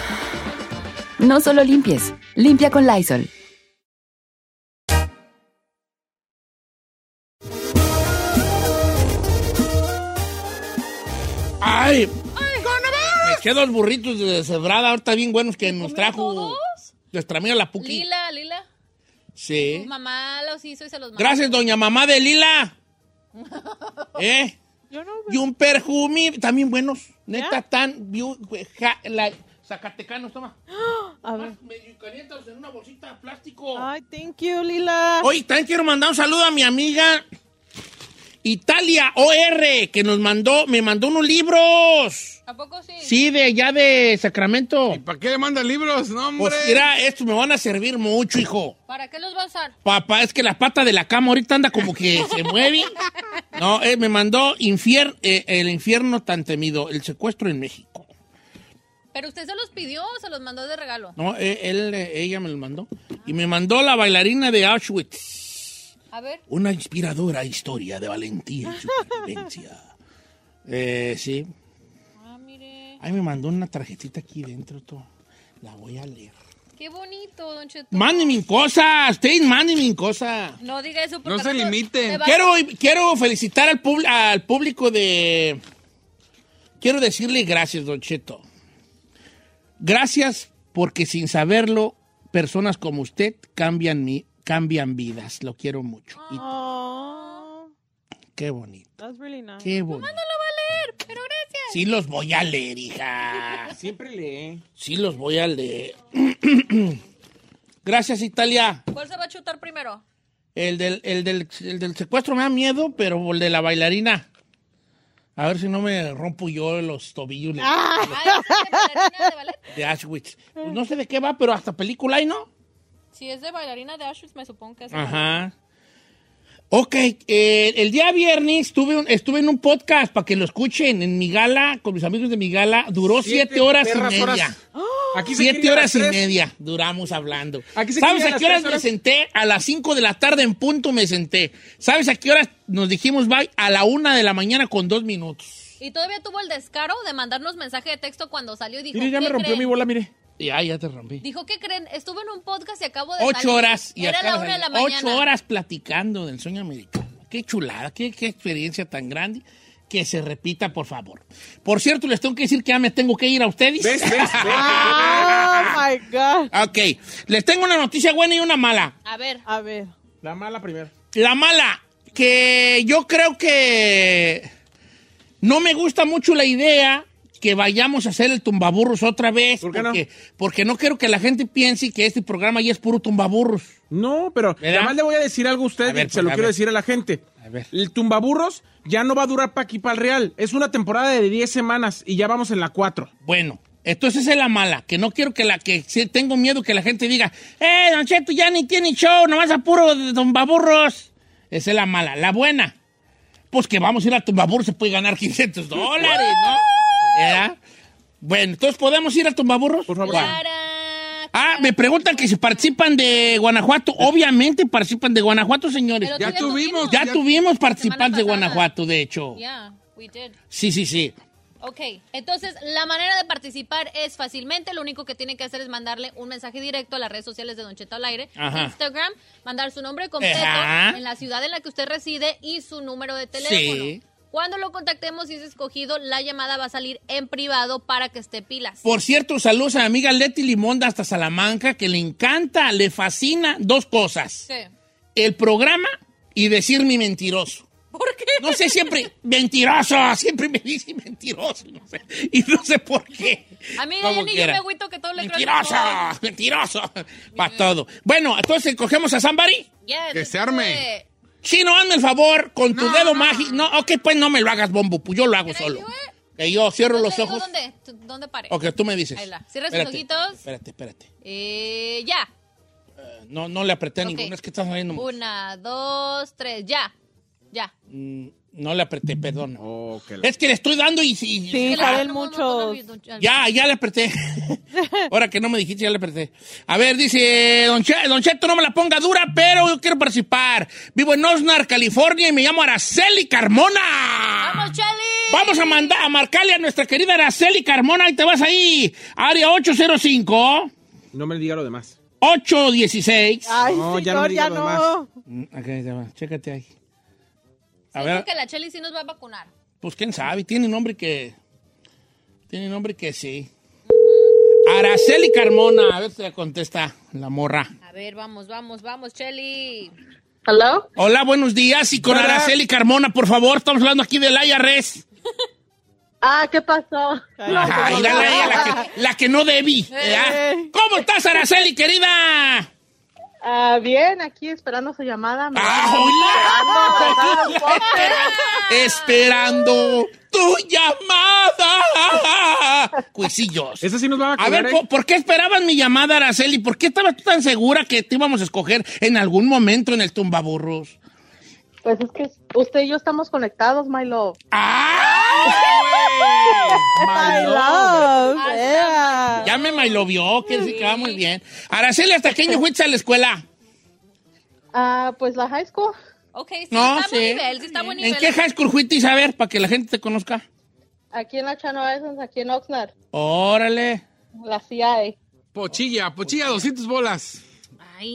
No solo limpies, limpia con Lysol. ¡Ay! Me quedan dos burritos de cebrada, ahorita bien buenos que nos trajo nuestra amiga la Puki. Lila, Lila. Sí. Mamá los hizo y se los mandó. Gracias, doña mamá de Lila. ¿Eh? y un perfume, también buenos. Neta, tan. biu- ja- la- Zacatecanos, toma. A ver. Medio calientos en una bolsita de plástico. Ay, thank you, Lila. Hoy también quiero mandar un saludo a mi amiga Italia OR, que nos mandó, me mandó unos libros. ¿A poco sí? Sí, de allá de Sacramento. ¿Y para qué le manda libros? No, hombre. Pues mira, estos me van a servir mucho, hijo. ¿Para qué los va a usar? Papá, es que la pata de la cama ahorita anda como que se mueve. No, eh, me mandó infier- eh, El infierno tan temido, el secuestro en México. Pero usted se los pidió o se los mandó de regalo. No, eh, él, eh, ella me lo mandó. Y me mandó la bailarina de Auschwitz. A ver. Una inspiradora historia de valentía y supervivencia. Eh, sí. Ah, Ahí me mandó una tarjetita aquí dentro, todo. La voy a leer. Qué bonito, Don Cheto. Mándenme cosas, ustedes mándenme cosas. No diga eso porque No se al rato me va- Quiero, quiero felicitar al, pub- al público de... Quiero decirle gracias, Don Cheto. Gracias porque sin saberlo, personas como usted cambian, mi, cambian vidas. Lo quiero mucho. Y- Qué bonito. Oh, That's really nice. Qué bonito. No lo va a leer, pero gracias. Sí los voy a leer, hija. Siempre lee. Sí los voy a leer. gracias, Italia. ¿Cuál se va a chutar primero? El del, el, del, el del secuestro me da miedo, pero el de la bailarina. A ver si no me rompo yo los tobillos de- Ah, de Auschwitz. Pues no sé de qué va, pero hasta película hay, ¿no? Si es de bailarina de Ashes, me supongo que es. Ah. Ajá. Ok, eh, el día viernes estuve, un- estuve en un podcast para que lo escuchen en mi gala, con mis amigos de mi gala. Duró siete, Siete horas y perras media. horas. Aquí se siete quiere horas y las tres. media duramos hablando. Aquí se ¿Sabes quiere a qué las horas, tres me horas. senté? A las 5 de la tarde en punto me senté. ¿Sabes a qué horas nos dijimos bye? A la una de la mañana con dos minutos. Y todavía tuvo el descaro de mandarnos mensaje de texto cuando salió y dijo. Mire, ya "¿Qué me rompió creen?". mi bola, mire. Ya, ya te rompí. Dijo, ¿qué creen? Estuve en un podcast y acabo de. Ocho salir". horas. Y Era la acaba de una de la salir. mañana. Ocho horas platicando del sueño americano. Qué chulada, qué, qué experiencia tan grande. Que se repita, por favor. Por cierto, les tengo que decir que ya me tengo que ir a ustedes. Ah, Oh, my God. ok, les tengo una noticia buena y una mala. A ver. A ver. La mala primero. La mala, que yo creo que no me gusta mucho la idea que vayamos a hacer el tumbaburros otra vez. porque, Porque no quiero que la gente piense que este programa ya es puro tumbaburros. No, pero además le voy a decir algo a usted y se lo a quiero ver. decir a la gente. ver. El tumbaburros ya no va a durar para aquí para el Real. Es una temporada de 10 semanas y ya vamos en la 4. Bueno, entonces es la mala, que no quiero que la que sí, tengo miedo que la gente diga, eh, Don Cheto, ya ni tiene show, nomás a puro de tumbaburros. Esa es la mala. La buena, pues que vamos a ir a tumbaburros, se puede ganar 500 dólares, ¿no? ¿Verdad? Bueno, entonces podemos ir a tumbaburros. Por favor. Ah, me preguntan que si participan de Guanajuato. Obviamente participan de Guanajuato, señores. Pero Ya sí, ya tuvimos, tuvimos. Ya ya- tuvimos participantes de Semana pasada. Guanajuato, de hecho. Yeah, we did. Sí, sí, sí. Ok, entonces la manera de participar es fácilmente. Lo único que tiene que hacer es mandarle un mensaje directo a las redes sociales de Don Cheto al aire, Ajá. Instagram, mandar su nombre completo Ajá. en la ciudad en la que usted reside y su número de teléfono. Sí. Cuando lo contactemos y es escogido, la llamada va a salir en privado para que esté pilas. Por cierto, saludos a mi amiga Leti Limonda hasta Salamanca, que le encanta, le fascina dos cosas. Sí. El programa y decir mi mentiroso. ¿Por qué? No sé, siempre, mentiroso, siempre me dice mentiroso, no sé, y no sé por qué. Amiga, ya Como ni yo quiera. me agüito que todo le creo. Mentiroso, mentiroso, para todo. Bueno, entonces cogemos a Zambari. Yes, Que se eh, arme. Chino, hazme el favor, con tu dedo mágico. No, ok, pues no me lo hagas, bombo, pues yo lo hago solo. eh. Que yo cierro los Te digo ojos. ¿Dónde? tú- ¿Dónde paré? Ok, tú me dices. Ahí la. Cierra sus Espérate, ojitos. Espérate, espérate. Eh, ya. No, no le apreté a Ok. ninguno, es que estás saliendo. Una, dos, tres, ya. Ya. Mm, No le apreté, perdón. Es que le estoy dando y... y- Sí, Ah, salen muchos. Ya, ya le apreté. Ahora que no me dijiste, ya le apreté. A ver, dice, don, Che- don Cheto, no me la ponga dura, pero yo quiero participar. Vivo en Osnar, California, y me llamo Araceli Carmona. ¡Vamos, Chali! Vamos a, mandar, a marcarle a nuestra querida Araceli Carmona y te vas ahí. Área 805 No me diga lo demás. 816. Ay, No, ya no me señor, diga ya lo no. Mm, Chécate ahí. A Siento ver, que la Chali sí nos va a vacunar. pues quién sabe, tiene nombre que. Tiene nombre que sí. Araceli Carmona, a ver si la contesta la morra. A ver, vamos, vamos, vamos, Cheli. ¿Hello? Hola, buenos días. Y con Hola. Araceli Carmona, por favor, estamos hablando aquí de Laia Res. Ah, ¿qué pasó? Ay, la Laia, la que, la que no debí. ¿verdad? ¿Cómo estás, Araceli, querida? Ah, bien, aquí esperando su llamada. Me- hola! Esperando tu llamada. Cuisillos. Esa sí nos va a A ver, ¿eh? ¿po- ¿por qué esperabas mi llamada, Araceli? ¿Por qué estabas tú tan segura que te íbamos a escoger en algún momento en el tumbaburros? Pues es que usted y yo estamos conectados, my love. My love, Ya me mailovió, que sí que va muy bien. Araceli, ¿hasta qué año fuiste a la escuela? Ah, pues la high school. Ok, sí, No, está sí. buen nivel, sí está buen nivel. ¿En qué high school fuiste, a ver, para que la gente te conozca? Aquí en la Chano Islands, aquí en Oxnard. Órale. La CIA. Pochilla, pochilla, 200 bolas.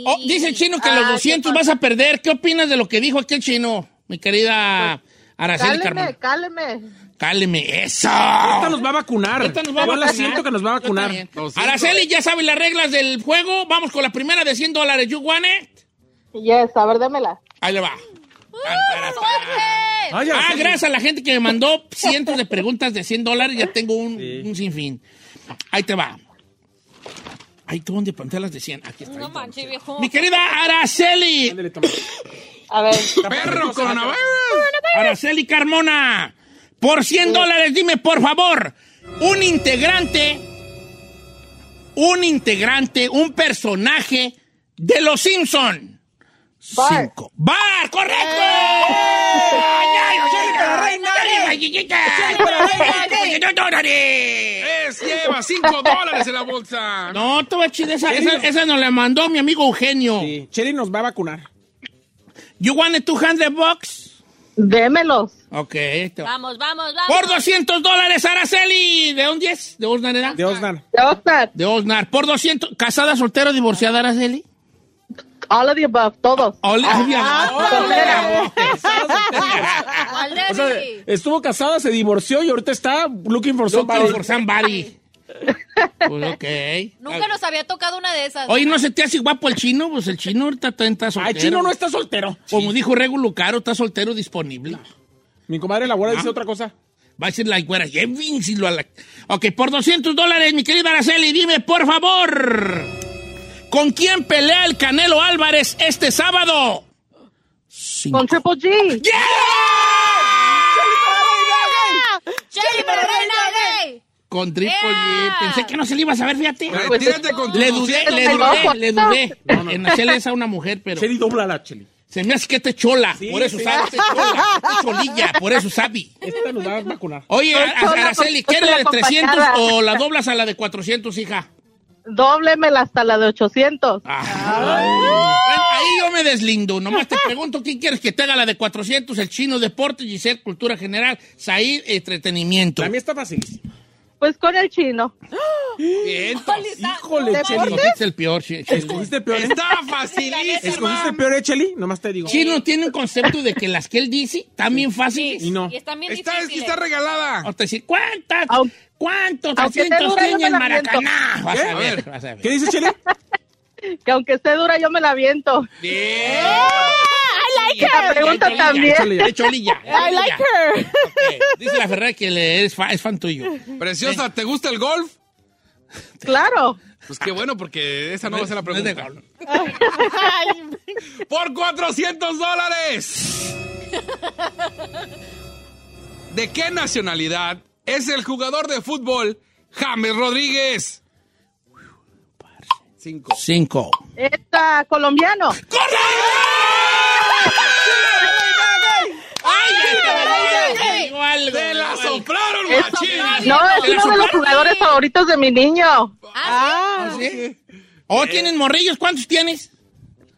Oh, dice el chino Ah, que los 200 vas a perder. ¿Qué opinas de lo que dijo aquel chino, mi querida Araceli Cáleme, Carmona? cáleme. Cáleme, eso. Esta nos va a vacunar. Esta nos va a Yo la vacunar. siento que nos va a Yo vacunar. también. Lo siento. Araceli, ya sabe las reglas del juego. Vamos con la primera de 100 dólares. You want it? Yes, a ver, démela. Ahí le va. Ay, ah, Araceli. gracias a la gente que me mandó cientos de preguntas de 100 dólares. Ya tengo un, un sinfín. Ahí te va. Ahí tú dónde planteas las de 100. Aquí está. No manches, viejo. Mi querida Araceli. A ver. Perro coronavirus. Araceli Carmona. Por 100 dólares, dime por favor. Un integrante. Un integrante, un personaje de los Simpson. Bart. Cinco. ¡Bar! ¡Correcto! ¡Ay, ay, ay, ay, ay, ay, ay! Es, lleva 5 dólares en la bolsa. No, estaba chida esa, esa, esa nos la mandó mi amigo Eugenio. Cheri nos va a vacunar. You want two hundred bucks? Démelos. Ok, te va. Vamos, vamos, vamos. Por 200 dólares, Araceli. ¿De dónde es? ¿De Osnar era? De Osnar. De Oxnard. De Osnar. Por 200. ¿Casada, soltera, divorciada, Araceli? All of the above, todos. Hola, Diana. ¿Cuál de O sea, Ari? estuvo casada, se divorció y ahorita está looking for Looking somebody. for somebody. Pues ok. Nunca nos había tocado una de esas. Oye, ¿no se te hace guapo el chino? Pues el chino ahorita está, está soltero. Ay, chino no está soltero. Como dijo Regulo Caro, está soltero disponible. Mi comadre la abuela Ah. dice otra cosa. Va a ser la güera. Ya, en fin, si lo a la- Ok, por 200 dólares, mi querida Araceli, dime, por favor. ¿Con quién pelea el Canelo Álvarez este sábado? Con Triple G. ¡Cheli, pero reina, güey! Con Triple G. Pensé que no se le iba a saber, fíjate. Pues, Retírate con tus Le dudé, 200 le bolas. dudé, le dudé. En Araceli es a una mujer, pero... Cheri, la Cheli. Se me hace que te chola. Sí, por eso sí. sabe, te chola. te cholilla, por eso sabe. Esta nos va a vacunar. Oye, Soy Ara- chola, Araceli, con- ¿quieres con la la de 300 acompañada. o la doblas a la de 400, hija? Dóblemela hasta la de 800. Ah. Bueno, ahí yo me deslindo. Nomás te pregunto, ¿quién quieres que te haga la de 400? El chino, deporte, Giselle, cultura general, Said, entretenimiento. La mía está fácil. Pues con el chino. Híjole, Cheli. Escogiste el peor, Escogiste el peor. ¿eh? Está facilísima. Escogiste el peor, ¿eh, Cheli. Nomás te digo. Chino tiene un concepto de que las que él dice también fáciles. Y no. Y están bien Está- difíciles. está regalada. O te decir, ¿cuántas? ¿Cuántos aunque te asientos dure, yo tiene me el la Maracaná? miento. Vas ¿Qué? a A ver, ver, vas a ver. ¿Qué dices, Chile? que aunque esté dura, yo me la viento. Bien. ¡Eh! I like her. La pregunta Cholilla, también. Cholilla, Cholilla. I like her. Dice la Ferrari que le- es, fa- es fan tuyo. Preciosa, ¿te gusta el golf? Claro. Pues qué bueno, porque esa no va a ser la es de pregunta. ¡Por 400 dólares! ¿De qué nacionalidad es el jugador de fútbol James Rodríguez? Cinco. Cinco. Está colombiano. ¡Ay, igual! ¡Te la soplaron, Es- machín! No, es uno de los jugadores favoritos de mi niño. Ah, ¿sí? ¿Oh, tienen morrillos? ¿Cuántos tienes?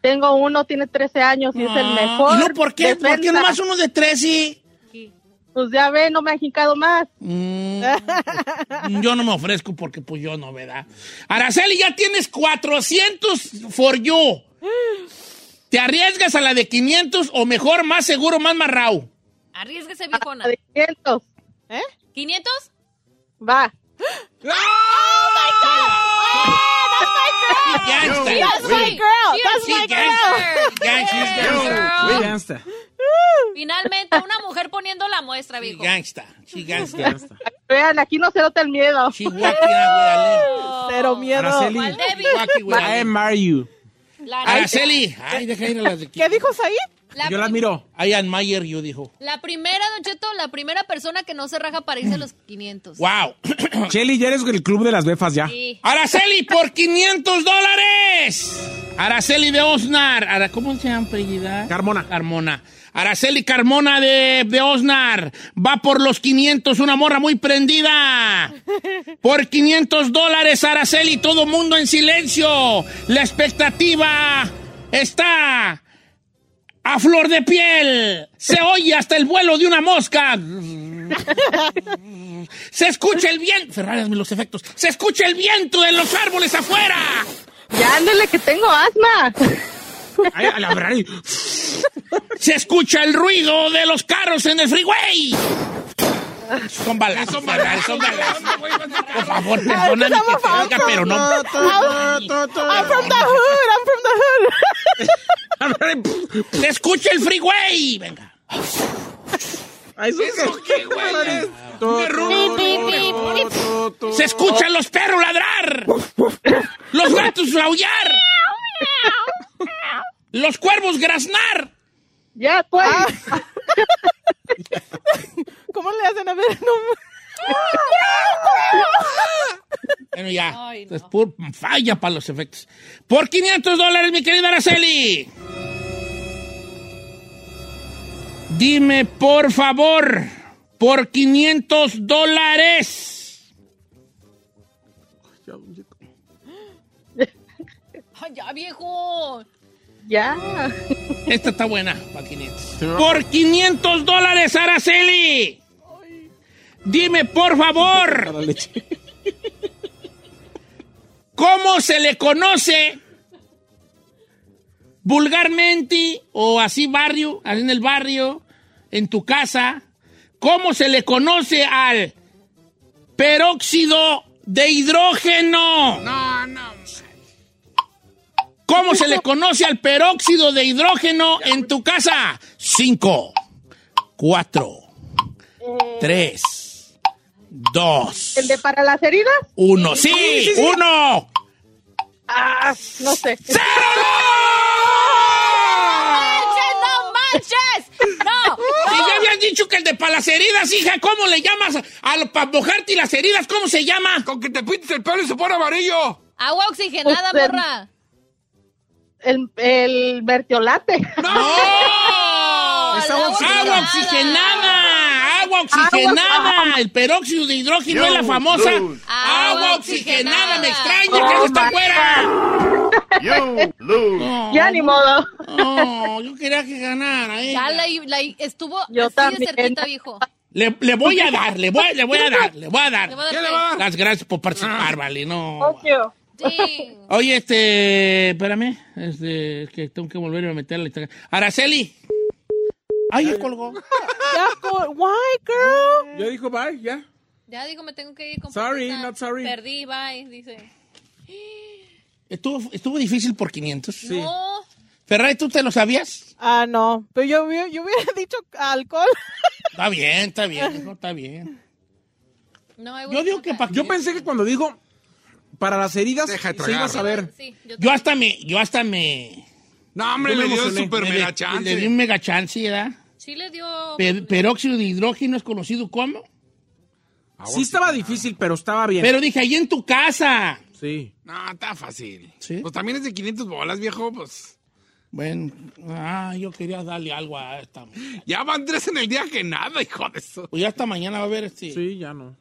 Tengo uno, tiene 13 años y es el Ah, mejor. ¿Y no por qué? ¿Por qué defensa. nomás uno de 13? Pues ya ve, no me ha jincado más. Mm, yo no me ofrezco porque pues yo no, ¿verdad? Araceli, ya tienes 400 for you. ¿Te arriesgas a la de 500 o mejor, más seguro, más marrao? Arriesguese, viejona. 500. ¿Eh? ¿500? Va. Oh, Ya está. That's my girl. That's my girl. Gangsta. Güey, ya está. Finalmente, una mujer poniendo la muestra, viejo. Gangsta. She gangsta. Gangsta. Vean, aquí no se nota el miedo. She wacky, güey, Ale. Cero miedo. Araceli. ¿Cuál débil? Wacky, güey, Ale. I admire you. La, Araceli. Ay, deja ir a las de aquí. ¿Qué dijo Said? la- Yo la admiro. I admire you, dijo. la primera, Don Cheto, la primera persona que no se raja para irse a los 500. Wow. Cheli, ya eres el club de las befas ya. Sí. Araceli por 500 dólares. Araceli de Osnar. Ara- ¿Cómo se llama apellida? Carmona. Carmona. Araceli Carmona de, de Osnar. Va por los 500, una morra muy prendida. Por 500 dólares, Araceli, todo mundo en silencio. La expectativa está a flor de piel. Se oye hasta el vuelo de una mosca. Se escucha el viento. Ferrari, hazme los efectos. Se escucha el viento de los árboles afuera. Ya, ándale, que tengo asma. Ay, a la Ferrari. Se escucha el ruido de los carros en el freeway. Son balazos, son balazos, son balazos. Por favor, perdóname que te oiga, pero no. I'm from the hood, I'm from the hood. La Ferrari. Se escucha el freeway. Venga. Ay, eso qué, güey. Se escuchan los perros ladrar. Los gatos aullar. Los cuervos graznar. Ya, pues. ¿Cómo le hacen a ver? No. Bueno, ya. Ay, no. Es pur- falla para los efectos. Por 500 dólares, mi querida Araceli. Dime, por favor, por 500 dólares. Ay, ya, viejo. Ya. Esta está buena, para 500. Por 500 dólares, Araceli. Dime, por favor, La leche. ¿cómo se le conoce vulgarmente o así barrio, así en el barrio, en tu casa? ¿Cómo se le conoce al peróxido de hidrógeno? No, no. ¿Cómo se le conoce al peróxido de hidrógeno en tu casa? Cinco, cuatro, tres, dos, ¿El de para las heridas? uno. ¡Sí! ¡Uno! Ah, no sé. ¡Manches, no manches! ¡No! Si ya habían dicho que el de para las heridas, hija, ¿cómo le llamas? Al, para mojarte las heridas, ¿cómo se llama? Con que te pintes el pelo y se pone amarillo. Agua oxigenada, Usted- morra. El, el vertiolate. ¡No! Es agua agua oxigenada. oxigenada. Ah, Agua oxigenada. El peróxido de hidrógeno es la famosa agua Agua oxigenada. oxigenada. Me extraña que no está afuera. Ya ni modo. No, yo quería que ganara. eh. Ya la, la- estuvo Yo así de también. cerquita, viejo. Le, le voy a dar, le voy, le voy a dar, le voy a dar. Le voy a dar ¿Qué qué? Las gracias Ah. por participar, vale, no. Obvio. Oye, este, espérame, este, es que tengo que volver a meterle. esta- Araceli. Ay, ya colgó. Why, girl? Yo dijo bye, ya. Ya digo, me tengo que ir con Sorry, Paquita. not sorry. Perdí, bye, dice. Estuvo, estuvo difícil por 500. Sí. No. Ferrari, ¿tú te lo sabías? Ah, no. Pero yo, hubi- yo hubiera dicho alcohol. Está bien, está bien, no, está bien. Yo digo que Yo pensé que cuando dijo para las heridas Deja de se iba a tragar. saber. Yo hasta me, yo hasta me. No, hombre, yo me le dio emocioné. super Me mega le- chance. Le di un mega chance, ¿verdad? Sí le dio... Per- peróxido de hidrógeno es conocido como. Ah, Sí estaba difícil, pero estaba bien. Pero dije, ahí en tu casa. Sí. No, está fácil. Pues también es de 500 bolas, viejo, pues. Bueno, ah, yo quería darle algo a esta. mujer. Ya van tres en el día que nada, hijo de eso. Pues ya hasta mañana va a haber este. Sí, ya no.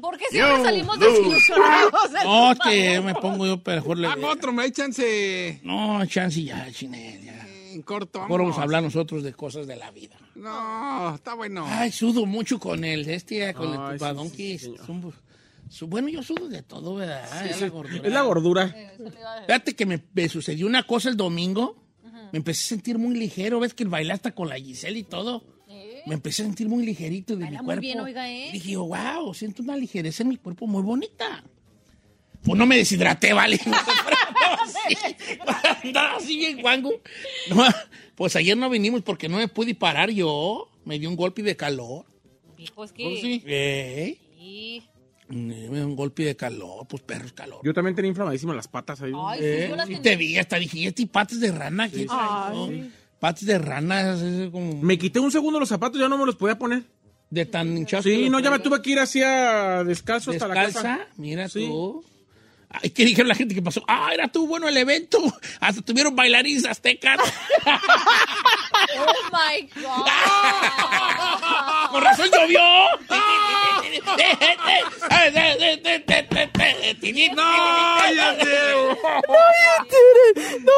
¿Por qué siempre You salimos lose. desilusionados del No, es Super que Bowl? me pongo yo mejor. Le... Hago otro, me hay chance No, chance ya, chine, ya. en corto. Mejor vamos a vámonos. hablar nosotros de cosas de la vida. No, está bueno. Ay, sudo mucho con el este, con Ay, el sí, tupadón que es un- su- bueno, yo sudo de todo, ¿verdad? Sí, es, sí. la gordura. Es la gordura. Eh, Fíjate que me, me sucedió una cosa el domingo. Me empecé a sentir muy ligero. ¿Ves que bailé hasta con la Giselle y todo? Me empecé a sentir muy ligerito de mi Muy cuerpo. bien, oiga, ¿eh? Y Dije, wow, siento una ligereza en mi cuerpo muy bonita. Pues no me deshidraté, ¿vale? Andaba así bien guango. No, pues ayer no vinimos porque no me pude parar yo. Me dio un golpe de calor. Hijo, es que... Eh, Mm, Sí. Me dio un golpe de calor, pues perros calor. Yo también tenía inflamadísimo las patas ahí. Ay, sí, Eh, yo las y tenía. te vi, hasta dije, "¿Y este patas de rana? ¿Quién sabe? No, Patas de rana, es- es como... Me quité un segundo los zapatos, ya no me los podía poner. De tan hinchados. que Sí, los no, ya me traía. tuve que ir hacia descalzo hasta la ¿Descalza? casa. Mira Sí. tú. Ay, ¿qué dijeron la gente que pasó? Ah, era tú bueno el evento. Hasta tuvieron bailarines aztecas. Oh, my God. Con razón llovió. No, ya No,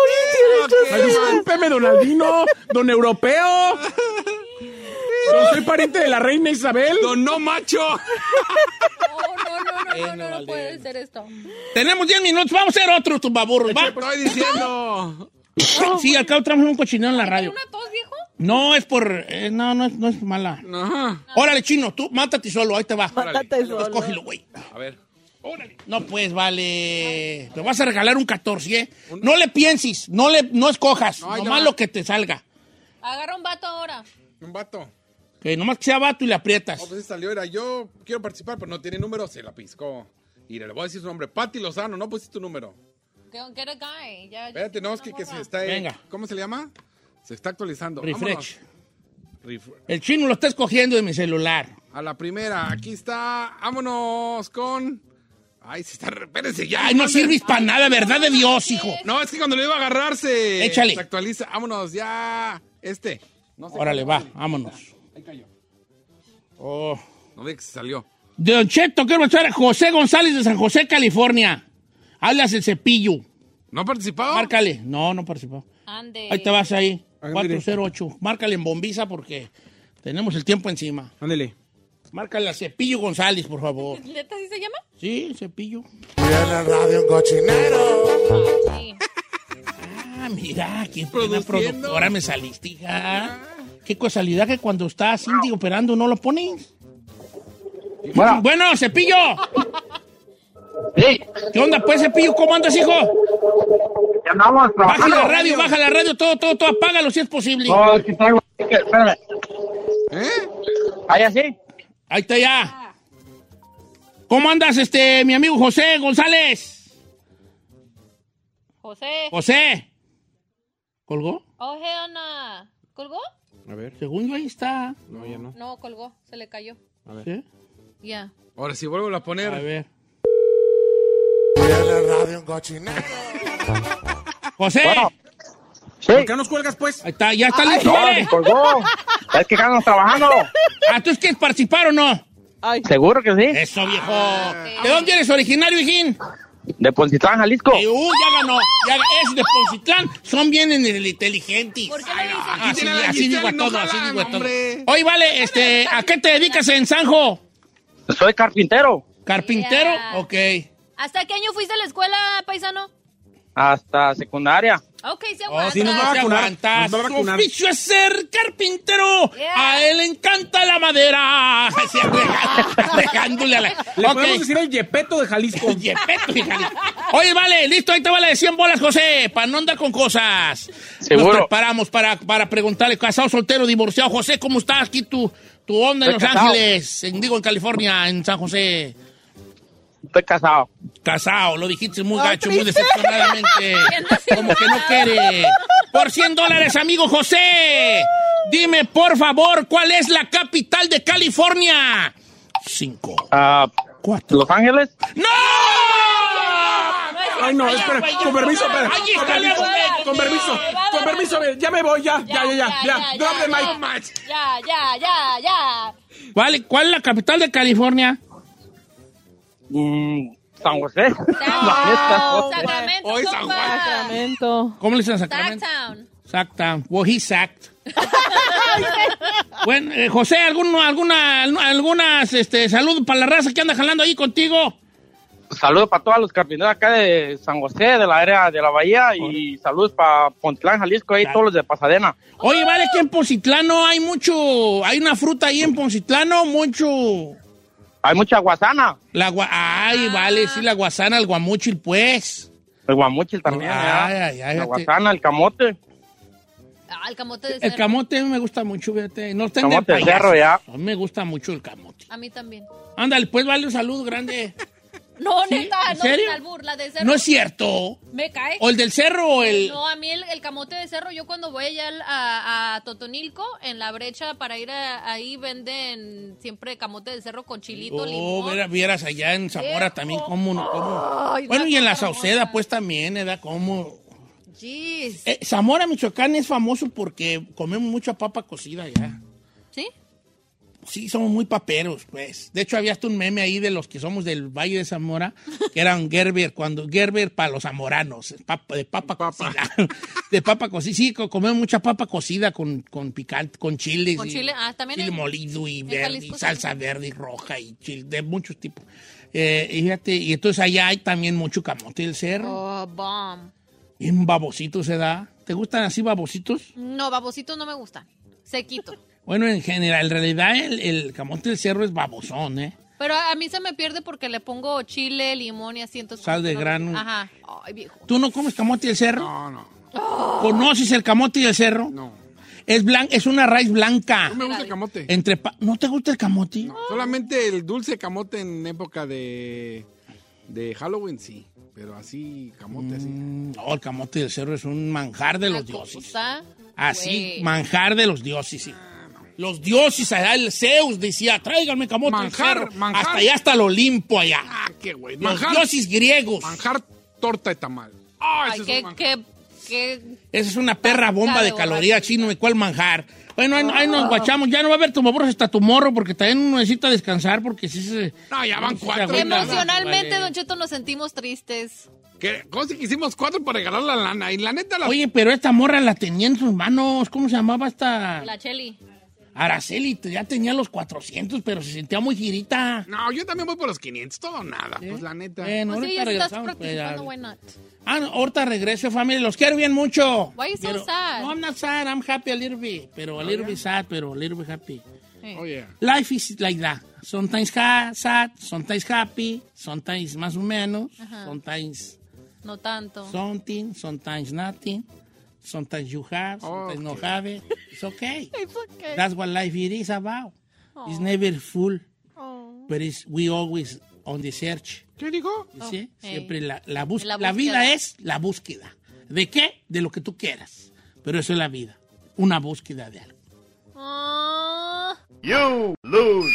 Ay, discúlpeme, don Albino, don Europeo. Yo soy pariente de la reina Isabel. Don no macho. Oh, no, no, no, no, no, no, puede ser esto. Tenemos 10 minutos, vamos a hacer otro tumbaburro. Estoy diciendo. Sí, al cabo traemos un cochinero en la radio. ¿Una tos, viejo? No, es por... eh, no, no es, no es mala. Órale, chino, tú mátate solo, ahí te va. Mátate Pues solo. cógelo, güey. A ver. No, pues, vale. Te vas a regalar un 14, ¿eh? No le pienses, no, le, no escojas. No, ahí nomás va. lo que te salga. Agarra un vato ahora. Un vato. Que nomás que sea vato y le aprietas. No, pues sí salió, era yo quiero participar, pero no tiene número, se la piscó. Y le voy a decir su nombre. Pati Lozano, no pusiste tu número. Get, get a guy. Ya, Espérate, no, es que, que se está. eh, Venga. ¿Cómo se le llama? Se está actualizando. Refresh. Vámonos. Ref- El chino lo está escogiendo de mi celular. A la primera, aquí está. Vámonos con. Ay, se está. Espérense ya. Ay, no entonces. sirves para nada, ¿verdad de Dios, hijo? No, es que cuando le iba a agarrarse. Échale. Se actualiza. Vámonos ya. Este. No sé Órale, cómo. va, vámonos. Ahí cayó. Oh. No ve que se salió. Don Cheto, quiero mostrar a José González de San José, California. Hablas el cepillo. ¿No ha participado? Márcale. No, no participó. Ande. Ahí te vas ahí. Ándale. 408. Márcale en bombiza porque tenemos el tiempo encima. Ándele. Márcale a Cepillo González, por favor. ¿Neta sí se llama? Sí, Cepillo. Sí. Ah, mira, qué buena Produciendo. productora me saliste, hija. Qué casualidad que cuando estás Cindy operando no lo pones. Bueno, Cepillo. ¿Qué onda, pues, Cepillo? ¿Cómo andas, hijo? andamos Baja trabajando. la radio, baja la radio, todo, todo, todo, apágalo si es posible. ¿Eh? No, es que traigo. es que- Espérame. Ahí así. Ahí está ya. ¿Cómo andas, este, mi amigo José González? José. José. ¿Colgó? Oh, hell nah. ¿Colgó? A ver. Según yo, ahí está. No, ya no. No, colgó. Se le cayó. A ver. ¿Sí? Ya. Ahora sí, vuelvo a poner. A ver. José. ¿Por qué nos cuelgas, pues? Ahí está, ya está listo, No, vale. se colgó. Es que estamos trabajando. ¿Ah, tú es que participar o no? Ay. Seguro que sí. Eso, viejo. ¿De dónde eres originario, hijín? De Poncitlán, Jalisco. Eh, uh, ya ganó. Ya ganó. Es de Poncitlán. Son bien inteligentes. Aquí Así, te la así dijiste, digo a no todo, así jalan, digo a todo. hombre. Oye, vale, este, ¿a qué te dedicas en Sanjo? Soy carpintero. ¿Carpintero? Yeah. Ok. ¿Hasta qué año fuiste a la escuela, paisano? Hasta secundaria. Ok, se Oh, aguanta. si nos va a vacunar, nos va a vacunar. Su oficio es ser carpintero. A él le encanta la madera. Así, rega- Regándole a la... Le Ok. podemos decir el Yepeto de Jalisco. Yepeto de Jalisco. Oye, vale, listo, ahí te vale de 100 bolas, José, para no andar con cosas. Nos Seguro. preparamos para, para preguntarle, casado, soltero, divorciado. José, ¿cómo estás aquí tu, tu onda en Estoy Los casado. Ángeles? En- digo, en California, en San José. Estoy casado. Casado, lo dijiste muy Ay, gacho, muy triste. decepcionadamente. Como que no quiere. Por 100 dólares, amigo José. Dime, por favor, ¿cuál es la capital de California? Cinco. Ah, ¿Los Ángeles? Ay, no, espera, con permiso, espera. Ahí Con está permiso, la- con permiso, con permiso, ya me voy, ya, ya, ya, ya, ya. Drop the mic. Ya, ya, ya, ya. ¿Cuál, ¿Cuál es la capital de California? Mm, San José. Sacramento, Hoy compa. San Juan. ¿Cómo le dicen a Sacramento? Sacktown. Sactown. Well, he's sacked. bueno, eh, José, ¿alguno, alguna, algunas, este, salud para la raza que anda jalando ahí contigo? Saludos para todos los carpinteros acá de San José, de la área de la Bahía. Y saludos para Pontlán, Jalisco, ahí todos los de Pasadena. Oye, vale que en Poncitlano hay mucho, hay una fruta ahí en Poncitlano, mucho. Hay mucha guasana. La gua- ay, vale, sí, la guasana, el guamuchil, pues. El guamuchil también. Ay, ¿verdad? ay, ay, La fíjate. guasana, el camote. Ah, el camote de El cerro. camote me gusta mucho, fíjate. No está en Camote de payasos. cerro, ya. A mí me gusta mucho el camote. A mí también. Ándale, pues vale un saludo grande. No, ¿Sí? neta, ¿En no serio? sin albur, la de cerro. No es cierto. Me cae. ¿O el del cerro o el- No, a mí el, el camote de cerro, yo cuando voy allá al- a, a Totonilco, en la brecha para ir a- ahí venden siempre camote de cerro con chilito, Oh, limón. viera- vieras allá en Zamora también, cómo no, cómo. Ay, bueno, la y en la Sauceda, pues también, ¿verdad? Cómo. Jeez. Eh, Zamora, Michoacán es famoso porque comemos mucha papa cocida ya. ¿Sí? Sí, somos muy paperos, pues. De hecho, había hasta un meme ahí de los que somos del Valle de Zamora, que eran Gerber, cuando Gerber para los zamoranos, papa- de papa, cocida. De papa cocida. Sí, co- comemos mucha papa cocida con, con picante, con chiles. Con y- chile, ah, también Chile en- molido y en verde, y Jalisco, salsa verde y roja y chile, de muchos tipos. Eh, y fíjate, y entonces allá hay también mucho camote del cerro. Oh, bomb. Bien babosito se da. ¿Te gustan así babositos? No, babositos no me gustan. Sequito. Bueno, en general, en realidad el, el camote del cerro es babosón, ¿eh? Pero a, a mí se me pierde porque le pongo chile, limón y así. entonces Sal de no- Ah. grano. Ajá. Ay, viejo. ¿Tú no comes camote del cerro? No, no. Oh. ¿Conoces el camote del cerro? No. Es, blan es una raíz blanca. No me gusta el camote. Entre pa- ¿No te gusta el camote? Solamente el dulce camote en época de, de Halloween, sí. Pero así, Mm. camote así. No, el camote del cerro es un manjar de los dioses. Está. Así, Güey. manjar de allá Los dioses allá, el Zeus decía, tráiganme camote del Manjar, cerro. manjar. Hasta allá, hasta el Olimpo allá. Ah, qué güey. Los dioses griegos. Manjar, torta de tamal. Ah, Ay, qué, qué, qué- Esa es una perra bomba de calorías chino y cuál manjar. Bueno, ahí, ahí nos guachamos. Ya no va a haber tomaburros hasta tu morro porque también uno necesita descansar porque sí se... No, ya van sí se cuatro. agüita. Emocionalmente, Vale. Don Cheto, nos sentimos tristes. ¿Qué? ¿Cómo si que hicimos cuatro para regalar la lana? Y la neta, la... Oye, pero esta morra la tenía en sus manos. ¿Cómo se llamaba esta? La Cheli. Araceli. Ya tenía los 400, pero se sentía muy girita. No, yo también voy por los 500, todo o nada, pues la neta. ¿Eh? Bueno, Pues sí, ahorita ya estás regresamos. pues, practicando, ya. why not? ah, no, ahorita regreso, familia. Los quiero bien mucho. Why you so Pero- sad? No, I'm not sad. I'm happy a little bit. Oh, Pero a little bit sad, pero a little bit happy. Oye. Life is like that. Sometimes ha- sad, sometimes happy, sometimes más o menos, Ajá. sometimes No tanto. something, sometimes nothing, sometimes you have, sometimes no have. it. It's okay. It's okay. That's what life it is about. Oh. It's never full, but it's, we always on the search. ¿Qué dijo? ¿sí? Oh. Siempre la, la bus- La la vida búsqueda. es la búsqueda. ¿De qué? De lo que tú quieras. Pero eso es la vida. Una búsqueda de algo. Ah. You lose.